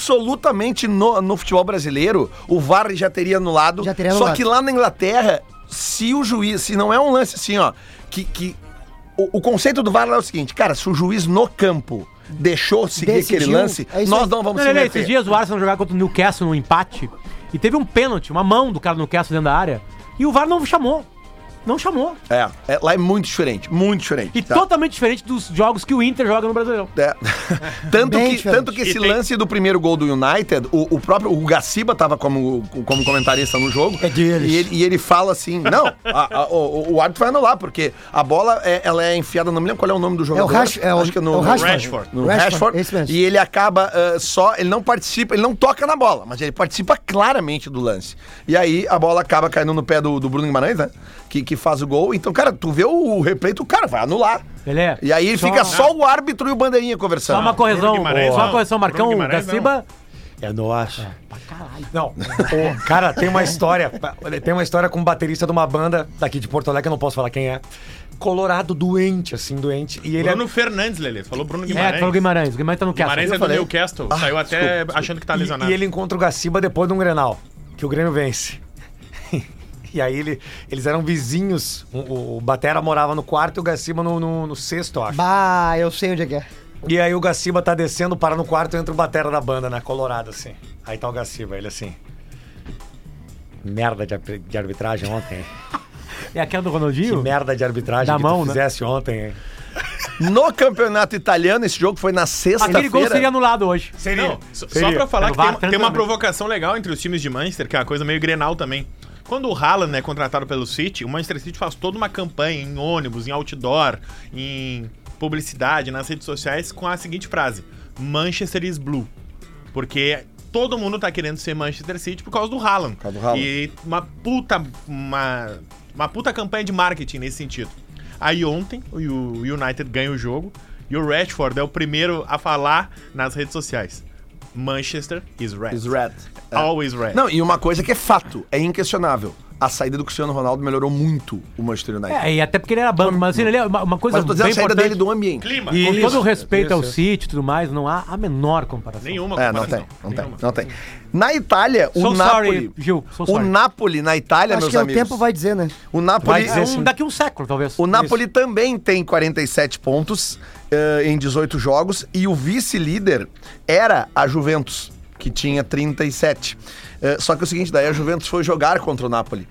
A: absolutamente no, no futebol brasileiro, o VAR já teria anulado.
I: Já teria
A: Só
I: anulado.
A: que lá na Inglaterra, se o juiz, se não é um lance assim, ó, que. que o, o conceito do VAR lá é o seguinte, cara, se o juiz no campo deixou seguir
I: Decidiu,
A: aquele lance,
I: é isso
A: nós
I: aí.
A: não vamos
C: Não,
A: se
C: Lelê,
A: meter.
C: esses dias o Arsenal jogava contra o Newcastle num empate e teve um pênalti, uma mão do cara do Newcastle dentro da área e o VAR não chamou. Não chamou.
A: É, é, lá é muito diferente, muito diferente.
C: E
A: tá?
C: totalmente diferente dos jogos que o Inter joga no Brasileirão.
A: É. tanto,
I: Bem
A: que,
I: diferente.
A: tanto que esse
D: E tem-
A: lance do primeiro gol do United, o, o próprio o Gaciba tava como, como comentarista no jogo.
F: É deles.
A: E ele, e ele fala assim: não, a- a- o, o árbitro vai anular, porque a bola é, ela é enfiada, não me lembro qual é o nome do jogador.
I: Rash- é o-
A: acho que é no,
I: é
A: no
I: o Rashford.
D: Rashford.
A: No
I: Rashford,
A: Rashford.
I: esse mesmo.
A: E ele acaba ah, só, ele não participa, ele não toca na bola, mas ele participa claramente do lance. E aí a bola acaba caindo no pé do, do Bruno Guimarães, né? Que, que faz o gol. Então, cara, tu vê o, o replay, tu, cara, vai anular.
I: é
C: Lelê,
A: E aí
C: só-
A: fica só o árbitro e o bandeirinha conversando.
C: Só uma correção,
D: Bruno Guimarães,
C: só uma
D: não.
C: correção,
D: Bruno
C: Marcão, o
D: Guimarães,
C: Gaciba.
F: Eu não acho. Não, o- cara, tem uma história. Tem uma história com um baterista de uma banda daqui de Porto Alegre, eu não posso falar quem é. colorado, doente, assim, doente. E ele
D: Bruno Fernandes, Lelê. Tu Falou Bruno
C: É,
D: Guimarães.
C: tu falou Guimarães. Guimarães tá no cast.
D: Guimarães é do Newcastle. Saiu
A: Ah,
D: até achando que tá
F: E-
D: lesionado.
F: E, ele encontra o Gaciba depois de um Grenal, que o Grêmio vence. e aí ele- eles eram vizinhos. O- O, o Batera morava no quarto e o Gaciba no, no- no sexto, eu acho.
I: Bah, eu sei onde é que é.
F: E aí o Gaciba tá descendo, para no quarto entra o Batera da banda, né? Colorado, assim. Aí tá o Gaciba, ele assim. Merda de, apre- de arbitragem ontem. hein?
C: É aquela do
F: Que
C: Ronaldinho?
F: merda de arbitragem
C: Da
F: que
C: mão,
F: tu
C: né?
F: fizesse ontem, hein?
A: No campeonato italiano, esse jogo foi na sexta-feira.
C: Aquele gol seria anulado hoje.
D: Seria. Não, só só
F: Seria.
D: pra falar
C: Era
D: que
C: o
D: tem,
C: VAR
D: uma- tem uma
C: tranquilamente.
D: provocação legal entre os times de Manchester, que é uma coisa meio Grenal também. Quando o Haaland é contratado pelo City, o Manchester City faz toda uma campanha em ônibus, em outdoor, em publicidade, nas redes sociais, com a seguinte frase: Manchester is blue. Porque todo mundo tá querendo ser Manchester City por causa do Haaland.
A: causa do Haaland.
D: E uma puta. Uma, uma puta campanha de marketing nesse sentido. Aí ontem o U- United ganha o jogo e o Rashford é o primeiro a falar nas redes sociais. Manchester is red.
A: Is red. É.
D: Always red.
A: Não, e uma coisa que é fato, é inquestionável. A saída do Cristiano Ronaldo melhorou muito o Manchester United.
C: É, e até porque ele era banco. Mas assim, ele é uma, uma coisa
A: Mas eu tô dizendo a
C: bem
A: saída
C: importante.
A: dele do ambiente.
D: Clima.
C: Com
F: Isso,
C: todo o respeito ao
F: isso.
C: City e tudo mais, não há a menor comparação.
D: Nenhuma
A: É, não
D: comparação.
A: tem, não tem,
D: Nenhuma.
A: não tem. Na Itália, o
C: So
A: Napoli.
C: sorry, Gil, so
A: o
C: sorry.
A: Napoli na Itália, É,
I: Acho
A: meus
I: que é o
A: amigos.
I: tempo vai dizer, né?
A: O Napoli,
F: vai
C: É
F: dizer
C: um-
F: assim.
C: daqui um século, talvez.
A: o Napoli também tem 47 pontos eh, em 18 jogos e o vice-líder era a Juventus, que tinha 37. Eh, só que é o seguinte, daí a Juventus foi jogar contra o Napoli.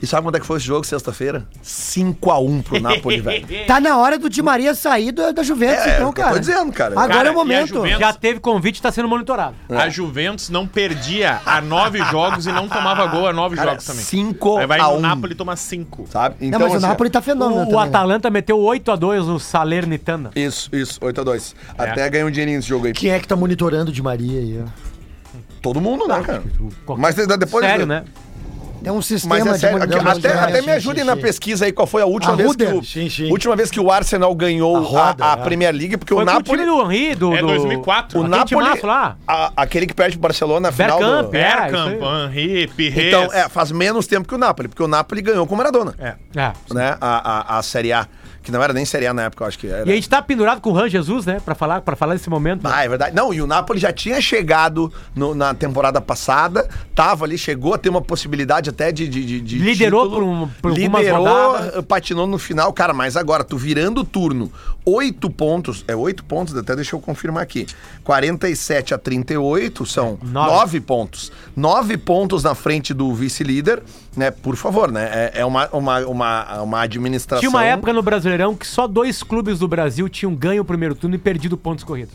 A: E sabe quanto é que foi esse jogo sexta-feira? 5x1 pro Napoli, velho.
I: Tá na hora do Di Maria sair do- da Juventus,
A: É,
I: então,
A: eu tô
I: cara.
A: dizendo, cara.
I: Agora
D: Cara,
I: é
D: e
I: o
D: a
I: momento.
D: Juventus-
C: Já teve convite e tá sendo monitorado.
D: A Juventus não perdia a nove jogos e não tomava gol a nove
A: Cara,
D: jogos também.
A: cinco
D: Aí vai
A: a
D: no
A: um.
D: Napoli e toma cinco.
A: Sabe?
I: Não, mas o
A: assim, ó,
I: Napoli tá fenômeno
C: O, o
I: também.
C: Atalanta meteu 8x2 no Salernitana.
A: Isso, isso, 8x2. Até ganhou um dinheirinho nesse jogo aí.
I: Quem é que tá monitorando o Di Maria aí? ó?
A: Todo mundo, né, cara?
C: Qualquer-
A: Mas de- depois.
C: Sério, né?
I: Tem um sistema
A: Mas é sério, aqui,
I: monitoragem.
A: até, até me ajudem na pesquisa aí qual foi a última
I: A
A: vez
I: Ruder?
A: que o
F: Sim, sim.
A: última vez que o Arsenal ganhou a,
F: A roda,
A: a
F: né?
A: Premier League, porque
C: Foi
A: o
C: com o time
A: Napoli,
C: do Henry, do...
D: É
C: do-
D: 2004.
A: o
D: Aquele
A: Napoli,
C: timaço lá.
A: a- aquele que perde pro Barcelona, a final
C: Bergkamp,
A: do...
C: é,
D: Bergkamp,
C: isso
D: Henry, Pires.
A: Então, é, faz menos tempo que o Napoli, porque o Napoli ganhou com o Maradona,
D: É.
C: É.
A: né? A, a, a Série A, que não era nem Série A na época, eu acho que era.
C: E a gente tá pendurado com o Ran Jesus, né? Pra falar, pra falar desse momento. né?
A: Ah, é verdade. Não, e o Napoli já tinha chegado no- na temporada passada, tava ali, chegou a ter uma possibilidade até de. de, de- de
C: Liderou
A: título.
C: por um- por algumas rodadas.
A: Liderou, eh, patinou no final, cara, mas agora, tu virando o turno, oito pontos, é oito pontos, até deixa eu confirmar aqui. 47 a 38 são
C: Nove.
A: nove pontos. Nove pontos na frente do vice-líder, né? Por favor, né? É, é uma, uma, uma, uma administração.
C: Tinha uma época no Brasileirão que só dois clubes do Brasil tinham ganho o primeiro turno e perdido pontos corridos.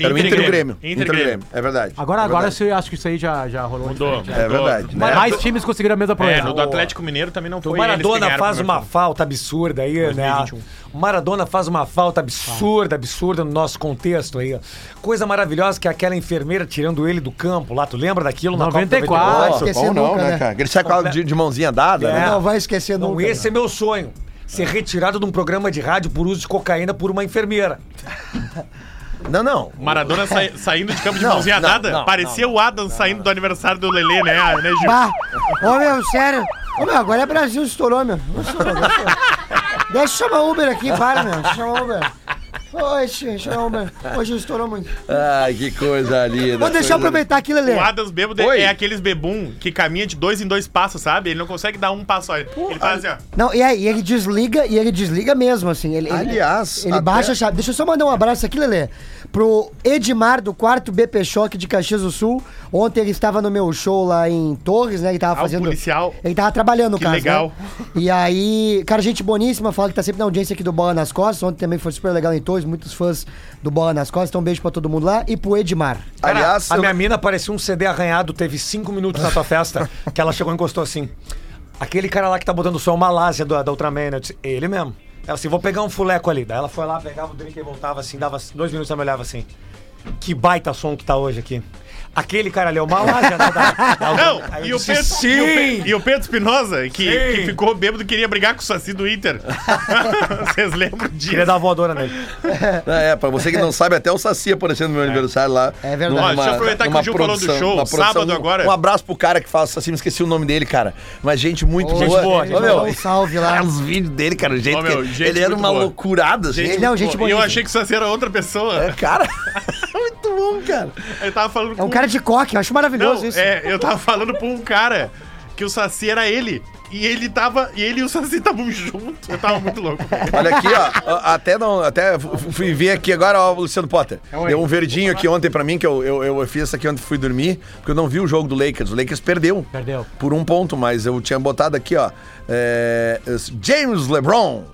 A: Era o Inter e o Grêmio.
D: Inter e
A: e o
D: Grêmio.
A: É verdade.
C: Agora,
A: é
C: agora
A: verdade.
C: eu acho que isso aí já, já rolou.
D: Mudou.
C: diferente, né?
A: É verdade.
D: Mudou.
A: né?
C: Mais times conseguiram a mesma
D: É,
C: proeza.
D: no do Atlético Mineiro também não
F: Então, O
D: foi eles que
F: Maradona
D: ganharam
F: faz
D: o
F: uma
D: primeiro
F: falta absurda aí, né?
D: 2021.
F: O Maradona faz uma falta absurda, absurda no nosso contexto aí. Coisa maravilhosa que é aquela enfermeira tirando ele do campo lá, tu lembra daquilo? na Copa
C: 94.
A: Ah,
I: Vai
A: bom
I: esquecer
A: não,
I: nunca,
A: né,
I: né?
A: cara? Ele sai com a de, de mãozinha dada,
F: É.
A: né?
I: Não vai esquecer
F: Não,
I: nunca.
F: esse é meu sonho. Ser retirado de um programa de rádio por uso de cocaína por uma enfermeira.
A: Não, não.
D: Maradona sai- saindo de campo de
A: Não,
D: mãozinha
A: não,
D: dada.
A: não,
D: Parecia o Adam saindo do aniversário do Lelê, né? Ah, né, Gil?
I: Bah. Ô, meu, sério. Ô, meu, agora é Brasil, estourou, meu. Estourou, estourou. Deixa eu chamar Uber aqui, para, meu. Deixa eu chamar Uber. Oxe, chama é Uber. Hoje estourou muito.
A: Ai, que coisa linda.
I: Vou deixar eu aproveitar aqui, Lelê.
D: O Adams bêbado
A: Oi.
D: é aqueles bebum que caminha de dois em dois passos, sabe? Ele não consegue dar um passo. Ele ele faz assim, ó.
I: Não, e aí, ele desliga, e ele desliga mesmo, assim. Ele, ele-
A: Aliás,
I: ele
A: até-
I: baixa a chave. Deixa eu só mandar um abraço aqui, Lelê, pro Edmar do quarto BP Choque de Caxias do Sul. Ontem ele estava no meu show lá em Torres, né? Ele tava
D: Ah, o
I: fazendo.
D: policial.
I: Ele tava trabalhando,
D: Que
I: cara. né?
D: legal.
I: E aí, cara, gente boníssima, fala que tá sempre na audiência aqui do Bola nas Costas. Ontem também foi super legal em Torres, muitos fãs do Bola nas Costas. Então, um beijo pra todo mundo lá e pro Edmar.
F: Cara,
A: Aliás,
F: a
A: eu-
F: minha mina parecia um CD arranhado, teve cinco minutos na tua festa, que ela chegou e encostou assim. Aquele cara lá que tá botando som, Malásia da, da Ultraman, eu disse, ele mesmo. Ela assim, vou pegar um fuleco ali. Daí ela foi lá, pegava o drink e voltava assim, dava dois minutos, ela me olhava assim. Que baita som que tá hoje aqui. Aquele cara ali é o Malásia, né? da- da-
D: Não,
F: Aí eu
D: e o,
F: disse,
D: Pedro,
F: "Sim!"
D: e o Pe- e o Pedro Espinosa, que,
F: Sim.
D: que ficou bêbado, queria brigar com o Saci do Inter. Vocês lembram
F: Queria
D: disso?
F: dar a voadora nele.
A: É, pra você que não sabe, até o Saci aparecendo no meu aniversário lá.
I: É verdade.
A: Numa-
D: Ó, deixa eu aproveitar que
A: numa
D: o Gil falou do
A: produção-
D: show,
A: numa produção.
D: sábado
A: Um-
D: agora.
A: Um abraço pro cara que faz o Saci, me esqueci o nome dele, cara. Mas gente muito
I: Ô,
A: boa.
I: gente boa, gente
A: Ô, meu,
I: boa. Um salve lá.
A: cara, Os vídeos dele, cara, o jeito
D: Ô, meu,
A: que-
D: gente
A: ele era
D: muito
A: uma
D: boa.
A: loucurada, gente.
I: Não, gente
D: Pô,
I: bonita.
D: eu achei que o Saci era outra pessoa.
A: É, cara, muito bom, cara.
D: Eu tava falando
I: É um cara de coque, eu acho maravilhoso
D: Não,
I: isso.
D: é, eu tava falando pra um cara que o Saci era ele. E ele tava. E ele e o Saci estavam juntos. Eu tava muito louco.
A: Olha aqui, ó. ó, Até, não, até f- f- fui ver aqui agora, ó, o Luciano Potter. Deu um verdinho aqui ontem pra mim, que eu, eu, eu fiz isso aqui ontem fui dormir, porque eu não vi o jogo do Lakers. O Lakers perdeu.
C: Perdeu.
A: Por um ponto, mas eu tinha botado aqui, ó. é, esse James LeBron.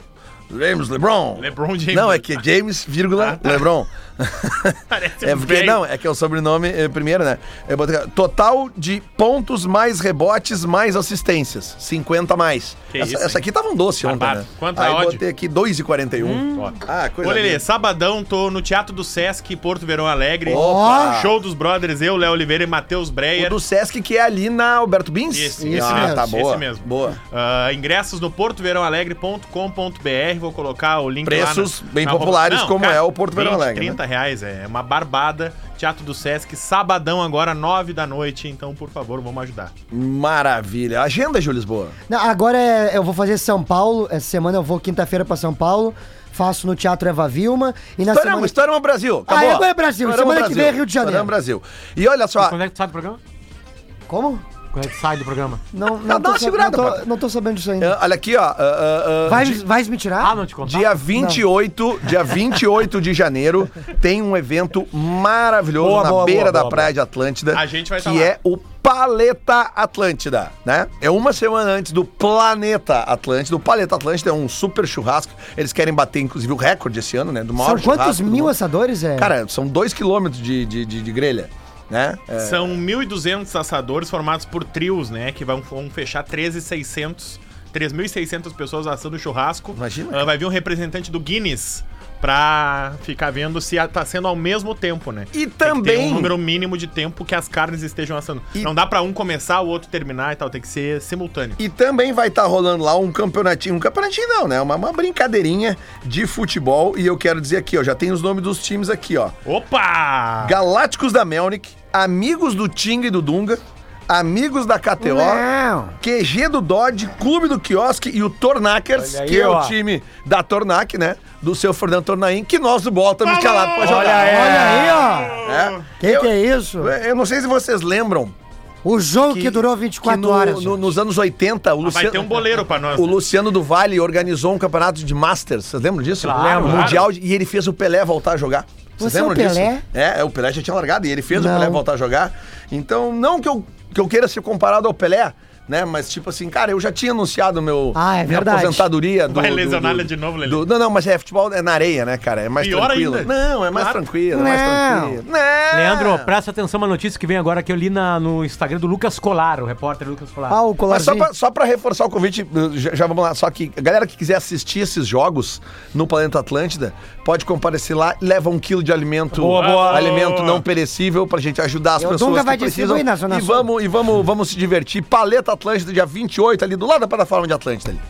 A: James LeBron.
D: LeBron James. Ah, tá.
A: Não, é que é James, vírgula, LeBron.
D: Parece
A: É
D: um
A: porque,
D: velho.
A: não, é que é o sobrenome é, primeiro, né? Eu botei aqui, ó, total de pontos mais rebotes mais assistências. 50 a mais.
D: Que
A: essa,
D: isso,
A: essa
D: hein?
A: aqui tava um doce ontem,
D: Barbado. Hum.
A: né?
D: Quanto
A: Aí
D: a odd?
A: botei aqui 2,41. Ah, coisa
D: Ô, Lelê,
A: linda.
D: sabadão, tô no Teatro do Sesc, Porto Verão Alegre.
A: Opa!
D: Show dos brothers, eu, Léo Oliveira e Matheus
A: O
D: Breyer.
A: do Sesc que é ali na Alberto Bins?
D: Esse,
I: esse
A: ah,
I: mesmo,
A: tá
D: esse
A: boa.
D: mesmo.
A: Boa.
D: Ah, ingressos no portoverãoalegre.com.br. Vou colocar o link
A: Preços
D: lá na-
A: bem
D: na-
A: populares, como é o Porto Verão Alegre,
D: 30 reais, é uma barbada. Teatro do Sesc, sabadão agora, 9 da noite. Então, por favor, vamos ajudar.
A: Maravilha. Agenda, Júlio Lisboa.
I: Não, agora é- eu vou fazer São Paulo. Essa semana eu vou quinta-feira pra São Paulo. Faço no Teatro Eva Vilma. E na
A: Estouramos,
I: semana...
A: estouramos Brasil.
I: Ah,
A: Acabou.
I: agora é Brasil.
A: Estouramos
I: Semana que vem é Rio de Janeiro.
A: Estouramos Brasil. E olha só,
C: Quando é que tu sai do programa?
I: Como?
C: Quando é que tu sai do programa?
I: Não,
A: Dá
I: não, tô,
A: uma
I: sab-
A: segurada,
I: não,
A: papai.
I: tô, não tô sabendo disso ainda.
A: ah, olha aqui, ó. ah, ah, ah,
I: Vai,
A: de-
I: vais me tirar?
C: Ah, não te contar?
A: Dia 28, dia 28 de janeiro, tem um evento maravilhoso
F: Boa,
A: na
F: boa,
A: beira
F: boa,
A: da
F: boa,
A: praia de Atlântida,
D: A gente vai
A: que
D: tá lá.
A: é o Paleta Atlântida, né? É uma semana antes do Planeta Atlântida. O Paleta Atlântida é um super churrasco. Eles querem bater, inclusive, o recorde esse ano, né? Do maior
I: São quantos
A: churrasco do
I: mil
A: mundo.
I: assadores é?
A: Cara, são dois quilômetros de, de, de, de grelha, né? É,
D: São 1.200 assadores formados por trios, né? Que vão, vão fechar 13,600. 3.600 pessoas assando churrasco.
A: Imagina,
D: Ah,
A: cara.
D: vai vir um representante do Guinness pra ficar vendo se a- tá sendo ao mesmo tempo, né?
A: E
D: Tem que ter
A: também-
D: um número mínimo de tempo que as carnes estejam assando.
A: E-
D: Não dá pra um começar, o outro terminar e tal. Tem que ser simultâneo.
A: E também vai estar rolando lá um campeonatinho, um campeonatinho não, né? Uma, uma brincadeirinha de futebol. E eu quero dizer aqui, ó, já tem os nomes dos times aqui, ó.
D: Opa!
A: Galácticos da Melnik, amigos do Tinga e do Dunga, amigos da KTO,
I: Não.
A: QG do Dodge, Clube do Quiosque e o Tornakers,
F: Olha aí,
A: que é
F: ó.
A: o time da Tornac, né? Do seu Fernando Tornaim, que nós do Bola estamos
D: Falou!
A: escalados pra jogar.
F: Olha aí.
I: Olha aí, ó.
A: né?
I: Que
A: é, eu,
I: que é isso?
A: eu não sei se vocês lembram
I: O jogo que, durou
A: que
I: 24
A: no-
I: horas.
A: no- nos anos 80, o
D: Vai
A: Luciano...
D: ter um boleiro pra nós.
A: O Luciano do Vale organizou um campeonato de Masters. Vocês lembram disso?
C: Claro,
A: Lembro.
D: claro.
A: Mundial. de- E ele fez o Pelé voltar a jogar. Vocês
I: Você é o
A: lembram
I: Pelé?
A: disso? É, é, o Pelé já tinha largado e ele fez o
I: Não.
A: Pelé voltar a jogar. Então, não que eu, que eu queira ser comparado ao Pelé, né? Mas, tipo assim, cara, eu já tinha anunciado meu,
I: Ah, é
A: minha
I: verdade.
A: aposentadoria. Do,
D: Vai
A: do-
D: lesionar
A: do-
D: ele de novo, Lelê.
A: do- Não, não, mas é futebol é na areia, né, cara? É mais
D: Pior
A: tranquilo.
D: ainda.
A: Não, é mais
D: Claro.
A: tranquilo, é mais
I: Não.
A: tranquilo. Não.
C: Leandro, presta atenção uma notícia que vem agora que eu li na- no Instagram do Lucas Colar, o repórter Lucas Colar.
I: Ah,
A: Mas
I: o
A: só
I: colarzinho.
A: pra, só pra reforçar o convite, uh, já, já vamos lá. Só que a galera que quiser assistir esses jogos no Planeta Atlântida, pode comparecer lá, leva um quilo de alimento, um
D: Boa, boa.
A: alimento não perecível pra gente ajudar as
I: E o
A: pessoas
I: Dunga
A: que
I: vai distribuir
A: precisam.
I: na Zona
A: e
I: Sul.
A: vamos, e vamos, vamos se divertir. Paleta Atlântida, dia 28, ali do lado da plataforma de Atlântida. Ali.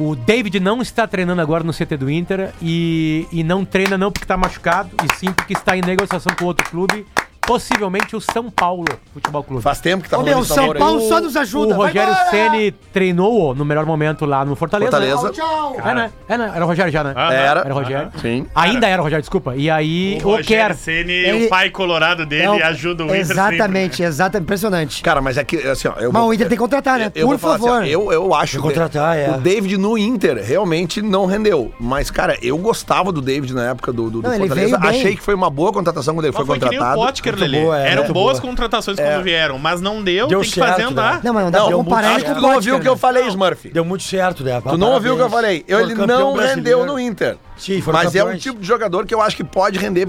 C: O David não está treinando agora no CT do Inter e, e não treina não porque está machucado, e sim porque está em negociação com outro clube, possivelmente o São Paulo Futebol Clube.
A: Faz tempo que tá
I: Ô, meu,
A: rolando esse
I: São
A: namoro aí.
I: Paulo só nos ajuda.
C: o
I: vai
C: Rogério
I: embora!
C: Ceni treinou no melhor momento lá no Fortaleza.
A: Fortaleza.
I: Tchau.
C: É, né? É, né? Era o Rogério já, né?
D: Ah,
A: Era.
C: Era o Rogério.
A: Sim.
C: Ainda era o Rogério, desculpa. E aí, o, Quer.
D: Rogério Ceni, o pai colorado dele,
I: É o-
D: ajuda o Inter sempre. né?
I: Exatamente, exatamente. Impressionante.
A: Cara, mas é que, assim, ó. Eu
I: Mas
A: vou-
I: o Inter tem que contratar, né?
A: Eu vou
I: Por
A: falar assim,
I: favor.
A: ó, eu, eu acho
F: contratar,
A: que
F: é.
A: o David no Inter realmente não rendeu. Mas, cara, eu gostava do David na época do, do, do
I: Não, ele
A: Fortaleza.
I: veio bem.
A: Achei que foi uma boa contratação quando ele foi
D: Mas foi que nem o
A: contratado.
D: Potker,
F: Muito
D: Lelê.
F: boa, é,
D: Eram
F: muito
D: boas
F: boa.
D: contratações quando vieram, mas não deu,
F: Deu
D: tem que
F: certo,
D: fazer andar.
F: né?
I: Não, mas não dá
A: Não,
I: pra
F: deu
I: comparar né?
A: acho
I: ele
A: que
I: com
A: tu
I: o
A: não
I: Potker,
A: ouviu o que eu
I: né?
A: falei, Smurf.
F: Deu muito certo, né?
A: Tu não ouviu o que eu falei. Eu-
F: Foi
A: ele
F: campeão
A: não
F: brasileiro.
A: rendeu no Inter.
F: Sim, foram
A: mas é um
F: campeões.
A: tipo de jogador que eu acho que pode render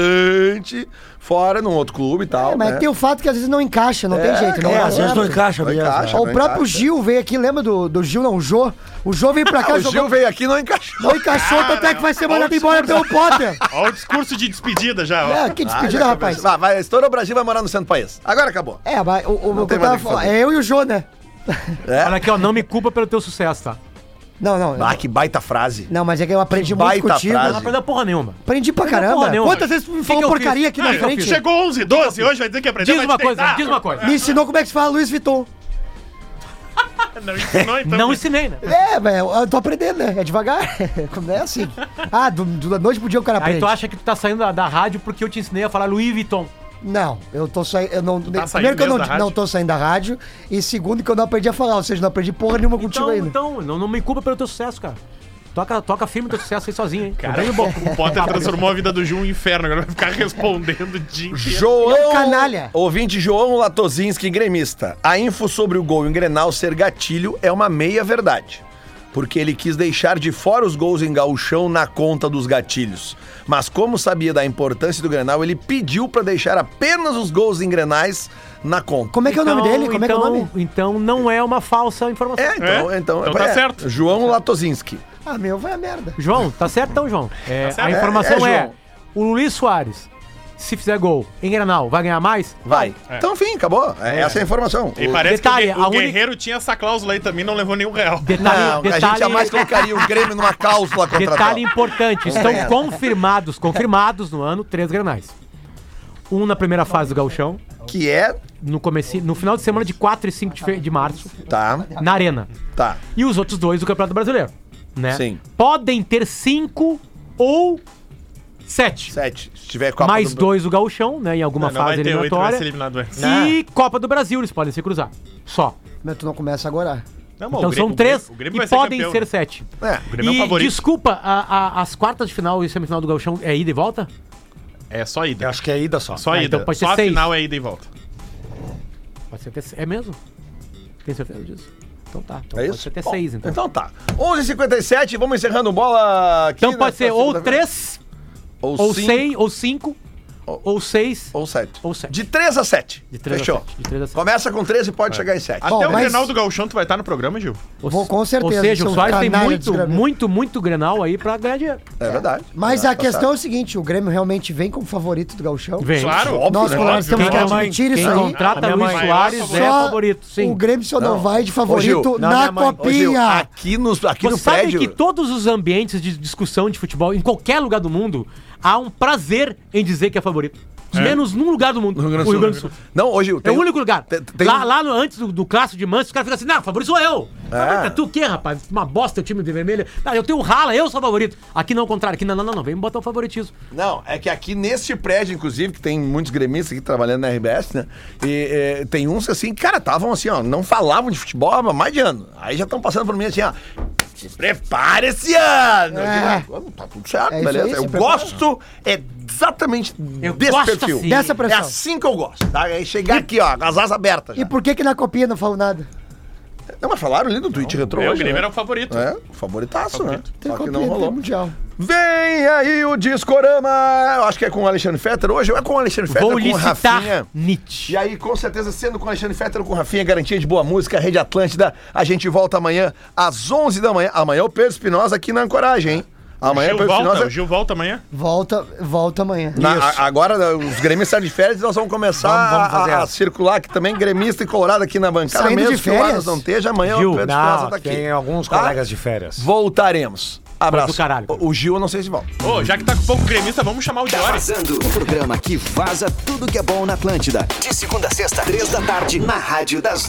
A: bastante fora, num outro clube e tal.
I: É, mas
A: né?
I: tem o fato que às vezes não encaixa, não tem jeito. né? Não
F: É,
I: dá
F: às vezes
I: certo.
F: não encaixa
A: Não
F: mesmo. né?
A: encaixa.
I: Ó,
A: não
I: o próprio
A: encaixa.
I: Gil veio aqui, lembra do, do Gil, não, o Jô? O Jô veio pra cá,
A: né? Ah, o
I: jogou-
A: Gil veio aqui e não encaixou.
I: não encaixou, tanto é que vai ser mandado embora pelo Potter.
D: Olha o discurso de despedida já, ó.
I: É, que despedida,
A: Ah, já
I: rapaz.
A: começou. Vai, vai, estoura o Brasil vai morar no centro do país. Agora acabou.
I: É, mas o, o, o que
A: tem
I: eu
A: mais
I: tava
A: o que
I: falando,
A: fazer.
I: é eu e o Jô, né?
C: Olha aqui, ó, não me culpa pelo teu sucesso, tá?
I: Não, não.
A: Ah, que baita frase.
I: Não, mas é que eu aprendi muito
A: baita
I: contigo.
A: frase.
C: Não aprendeu porra nenhuma.
I: Aprendi pra
C: Não deu é porra né,
I: caramba.
C: nenhuma.
I: Quantas vezes tu me
C: Que é
I: falou
C: que eu
I: porcaria aqui
C: fiz?
I: na
C: Que que eu
I: frente?
C: fiz?
D: Chegou 11, 12, hoje vai dizer que aprendeu.
C: Diz
D: vai
C: uma
D: te
C: coisa,
D: deitar.
C: diz uma coisa.
I: Me ensinou como é que se fala Luiz Vuitton.
D: Não ensinou, então.
C: Não ensinei, né?
I: É, velho, eu tô aprendendo, né? É devagar. Não é assim. Ah, do, do- da noite pro dia o cara aprende.
C: Aí tu acha que tu tá saindo da, da rádio porque eu te ensinei a falar Louis Vuitton.
I: Não, eu tô saindo. Eu não,
D: tá saindo
I: primeiro que eu
D: mesmo
I: não,
D: da rádio?
I: não tô saindo da rádio. E segundo que eu não aprendi a falar, ou seja, não aprendi porra nenhuma contigo
C: Então,
I: ainda.
C: então não, não me culpa pelo teu sucesso, cara. Toca, toca firme teu sucesso aí sozinho, hein?
D: Cara,
C: Não vem no
D: o Potter transformou a vida do Ju em um inferno. Agora vai ficar respondendo o dia inteiro.
A: João.
I: É um canalha.
A: Ouvinte João Latozinski, gremista. A info sobre o gol em Grenal ser gatilho é uma meia verdade. Porque ele quis deixar de fora os gols em gauchão na conta dos gatilhos. Mas como sabia da importância do Grenal, ele pediu pra deixar apenas os gols em Grenais na conta.
I: Como é que é o nome
C: Então-
I: dele? Como é que é o
C: então-
I: nome?
C: Então não é uma falsa informação.
A: É, então,
D: É?
A: então,
D: Então tá
A: é.
D: certo.
A: João Latozinski.
I: Ah, meu, vai a merda.
C: João, tá certo então, João? É,
D: certo.
C: A informação
A: É,
C: é,
A: é, João.
C: o Luiz Soares, se fizer gol em Granal, vai ganhar mais?
A: Vai. Então, enfim, acabou. É, Essa é a informação.
D: E
A: O-
D: parece
C: Detalhe,
D: que o, Gue-
C: a
D: o
C: única-
D: Guerreiro tinha essa cláusula aí também, não levou nenhum real.
C: Detalhe,
A: Não, a gente
C: detalhe,
A: jamais colocaria o Grêmio numa cláusula contratual.
C: detalhe importante, estão
A: É.
C: confirmados, confirmados no ano, três Granais. Um na primeira fase do Gauchão,
A: Que é.
C: no, comeci, no final de semana de 4 e 5 de, fe- de março,
A: Tá,
C: na Arena.
A: tá.
C: E os outros dois do Campeonato Brasileiro, né?
A: Sim.
C: Podem ter cinco ou sete.
A: Sete. Se tiver Copa
C: mais
A: do...
C: dois o Gauchão, né? Em alguma
D: Não, não
C: fase
D: vai ter oito, vai
C: eliminatória.
D: ser Ah. eliminado antes.
C: E Copa do Brasil, eles podem se cruzar. Só.
I: Mas tu não começa agora.
D: Não, mas
C: Então
D: o Grêmio-
C: são três
D: o Grêmio
C: e
D: vai
C: podem
D: campeão,
C: ser
D: né?
C: sete.
A: É.
D: O Grêmio é o
C: e
D: favorito.
C: desculpa, a- a- as quartas de final e semifinal do Gauchão é ida e volta?
D: É só
F: Eu
D: ida.
F: acho que é ida só.
D: Só
C: Ah,
D: ida.
C: então pode
D: só
C: ser
D: a
C: seis.
D: final é ida e volta.
C: Pode ser até se- É mesmo? Tem certeza disso? Então tá. Então
A: É
C: pode ser
A: isso?
C: até
A: Bom,
C: seis, então.
A: Então tá. 11h57, vamos encerrando o bola aqui.
C: Então
A: nessa
C: pode ser ou
A: segunda-feira.
C: três, ou
A: cinco,
C: seis, ou cinco,
A: Ou-
C: ou seis.
A: Ou 7.
C: ou sete.
A: De 3 a 7.
C: De três a
A: Fechou.
C: sete, de três a sete. É. Ah,
A: Começa com 13 e pode chegar em 7.
I: Bom,
D: Até o
I: mas-
D: Grenal do Gauchão, tu vai estar no programa, Gil?
C: Ou
I: Vou
C: se-
I: com certeza,
C: Ou seja, o
I: seu
C: Soares tem
I: canalha
C: muito,
I: desgraçado.
C: muito, muito Grenal aí pra ganhar dinheiro.
A: É verdade.
I: Mas
A: É,
I: a
A: tá
I: questão é
A: certo.
I: o seguinte: o Grêmio realmente vem como favorito do Gauchão.
C: Vem.
D: Claro.
I: Nós,
A: Óbvio, né?
I: colorados,
D: Óbvio,
I: temos que é
D: minha
F: mãe-
I: admitir
C: Quem
I: isso aí.
C: contrata
F: minha
C: Luiz
F: mãe-
C: Soares
D: Só
C: é favorito, sim.
I: O Grêmio só não,
A: Não.
I: vai de
A: Ô,
I: favorito
A: Gil,
F: não,
I: na
F: minha mãe.
A: Ô, Gil, Ah.
I: copinha.
A: aqui nos, aqui
C: Você
A: no
C: sabe
A: prédio.
C: que todos os ambientes de discussão de futebol, em qualquer lugar do mundo, há um prazer em dizer que é favorito. Menos num lugar do mundo.
A: No Rio Grande do Sul.
C: o Rio Grande do Sul.
A: Não, hoje.
C: É o único lugar.
A: Tem, tem- um-
C: Lá, lá no- antes do, do clássico de Manchester, os caras ficam assim, não, favorito sou eu. Favorito é tu o quê, rapaz? Uma bosta o time de vermelho. Ah, eu tenho o Rala, eu sou favorito. Aqui não, ao contrário. Aqui não, não, não, não. Vem me botar o favoritismo.
A: Não, é que aqui neste prédio, inclusive, que tem muitos gremistas aqui trabalhando na RBS, né? E é, tem uns que assim, cara, estavam assim, ó, não falavam de futebol há mais de ano. Aí já estão passando por mim assim, ó. Se prepara esse ano!
I: É.
A: Eu digo, "Ah, tá tudo certo,
I: É isso
A: beleza.
I: aí, se
A: eu
I: prepara.
A: gosto é exatamente
C: Eu
A: desse
C: gosto
A: perfil.
C: assim.
I: Dessa
A: É
I: pressão.
A: assim que eu gosto, tá? Aí chegar aqui, ó, com as asas abertas. já.
I: E por que que na copinha não falou nada?
A: Não, mas falaram ali no tweet retrô.
D: É, o
A: hoje,
D: Grêmio
A: né?
D: era o favorito.
A: É, favoritaço,
D: Favorito.
A: né? Só que não
I: Copinha,
A: rolou.
I: tem mundial.
A: Vem aí o Discorama! Eu acho que é com o Alexandre Fetter hoje, ou é com o Alexandre Fetter,
C: Vou
A: com o
C: licitar
A: Rafinha.
C: Nietzsche.
A: E aí, com certeza, sendo com o Alexandre Fetter ou com o Rafinha, garantia de boa música, Rede Atlântida. A gente volta amanhã às 11 da manhã. Amanhã é o Pedro Espinosa aqui na Ancoragem, hein? Amanhã é o
D: Gil
A: Pedro
D: volta, o
A: Espinosa.
D: Gil volta amanhã.
I: Volta, volta amanhã.
A: Na- a- agora os gremistas saem de férias nós vamos começar
F: Vamos- vamos
A: a-
F: fazer
A: a,
F: essa.
A: circular aqui também, gremista e colorado aqui na bancada.
I: Saindo
A: mesmo
I: de
A: que o
I: férias?
A: Aras não esteja, amanhã
C: Gil,
A: o Pedro Espinosa
F: Não,
A: tá aqui.
F: tem alguns
A: Tá?
F: colegas de férias.
A: Voltaremos. Abraço.
C: caralho.
A: O, o Gil, eu não sei se volta.
D: Ô, já que tá com pouco gremista, vamos chamar o Diori.
J: Vazando, o programa que vaza tudo que é bom na Atlântida. De segunda a sexta, três da tarde, na Rádio das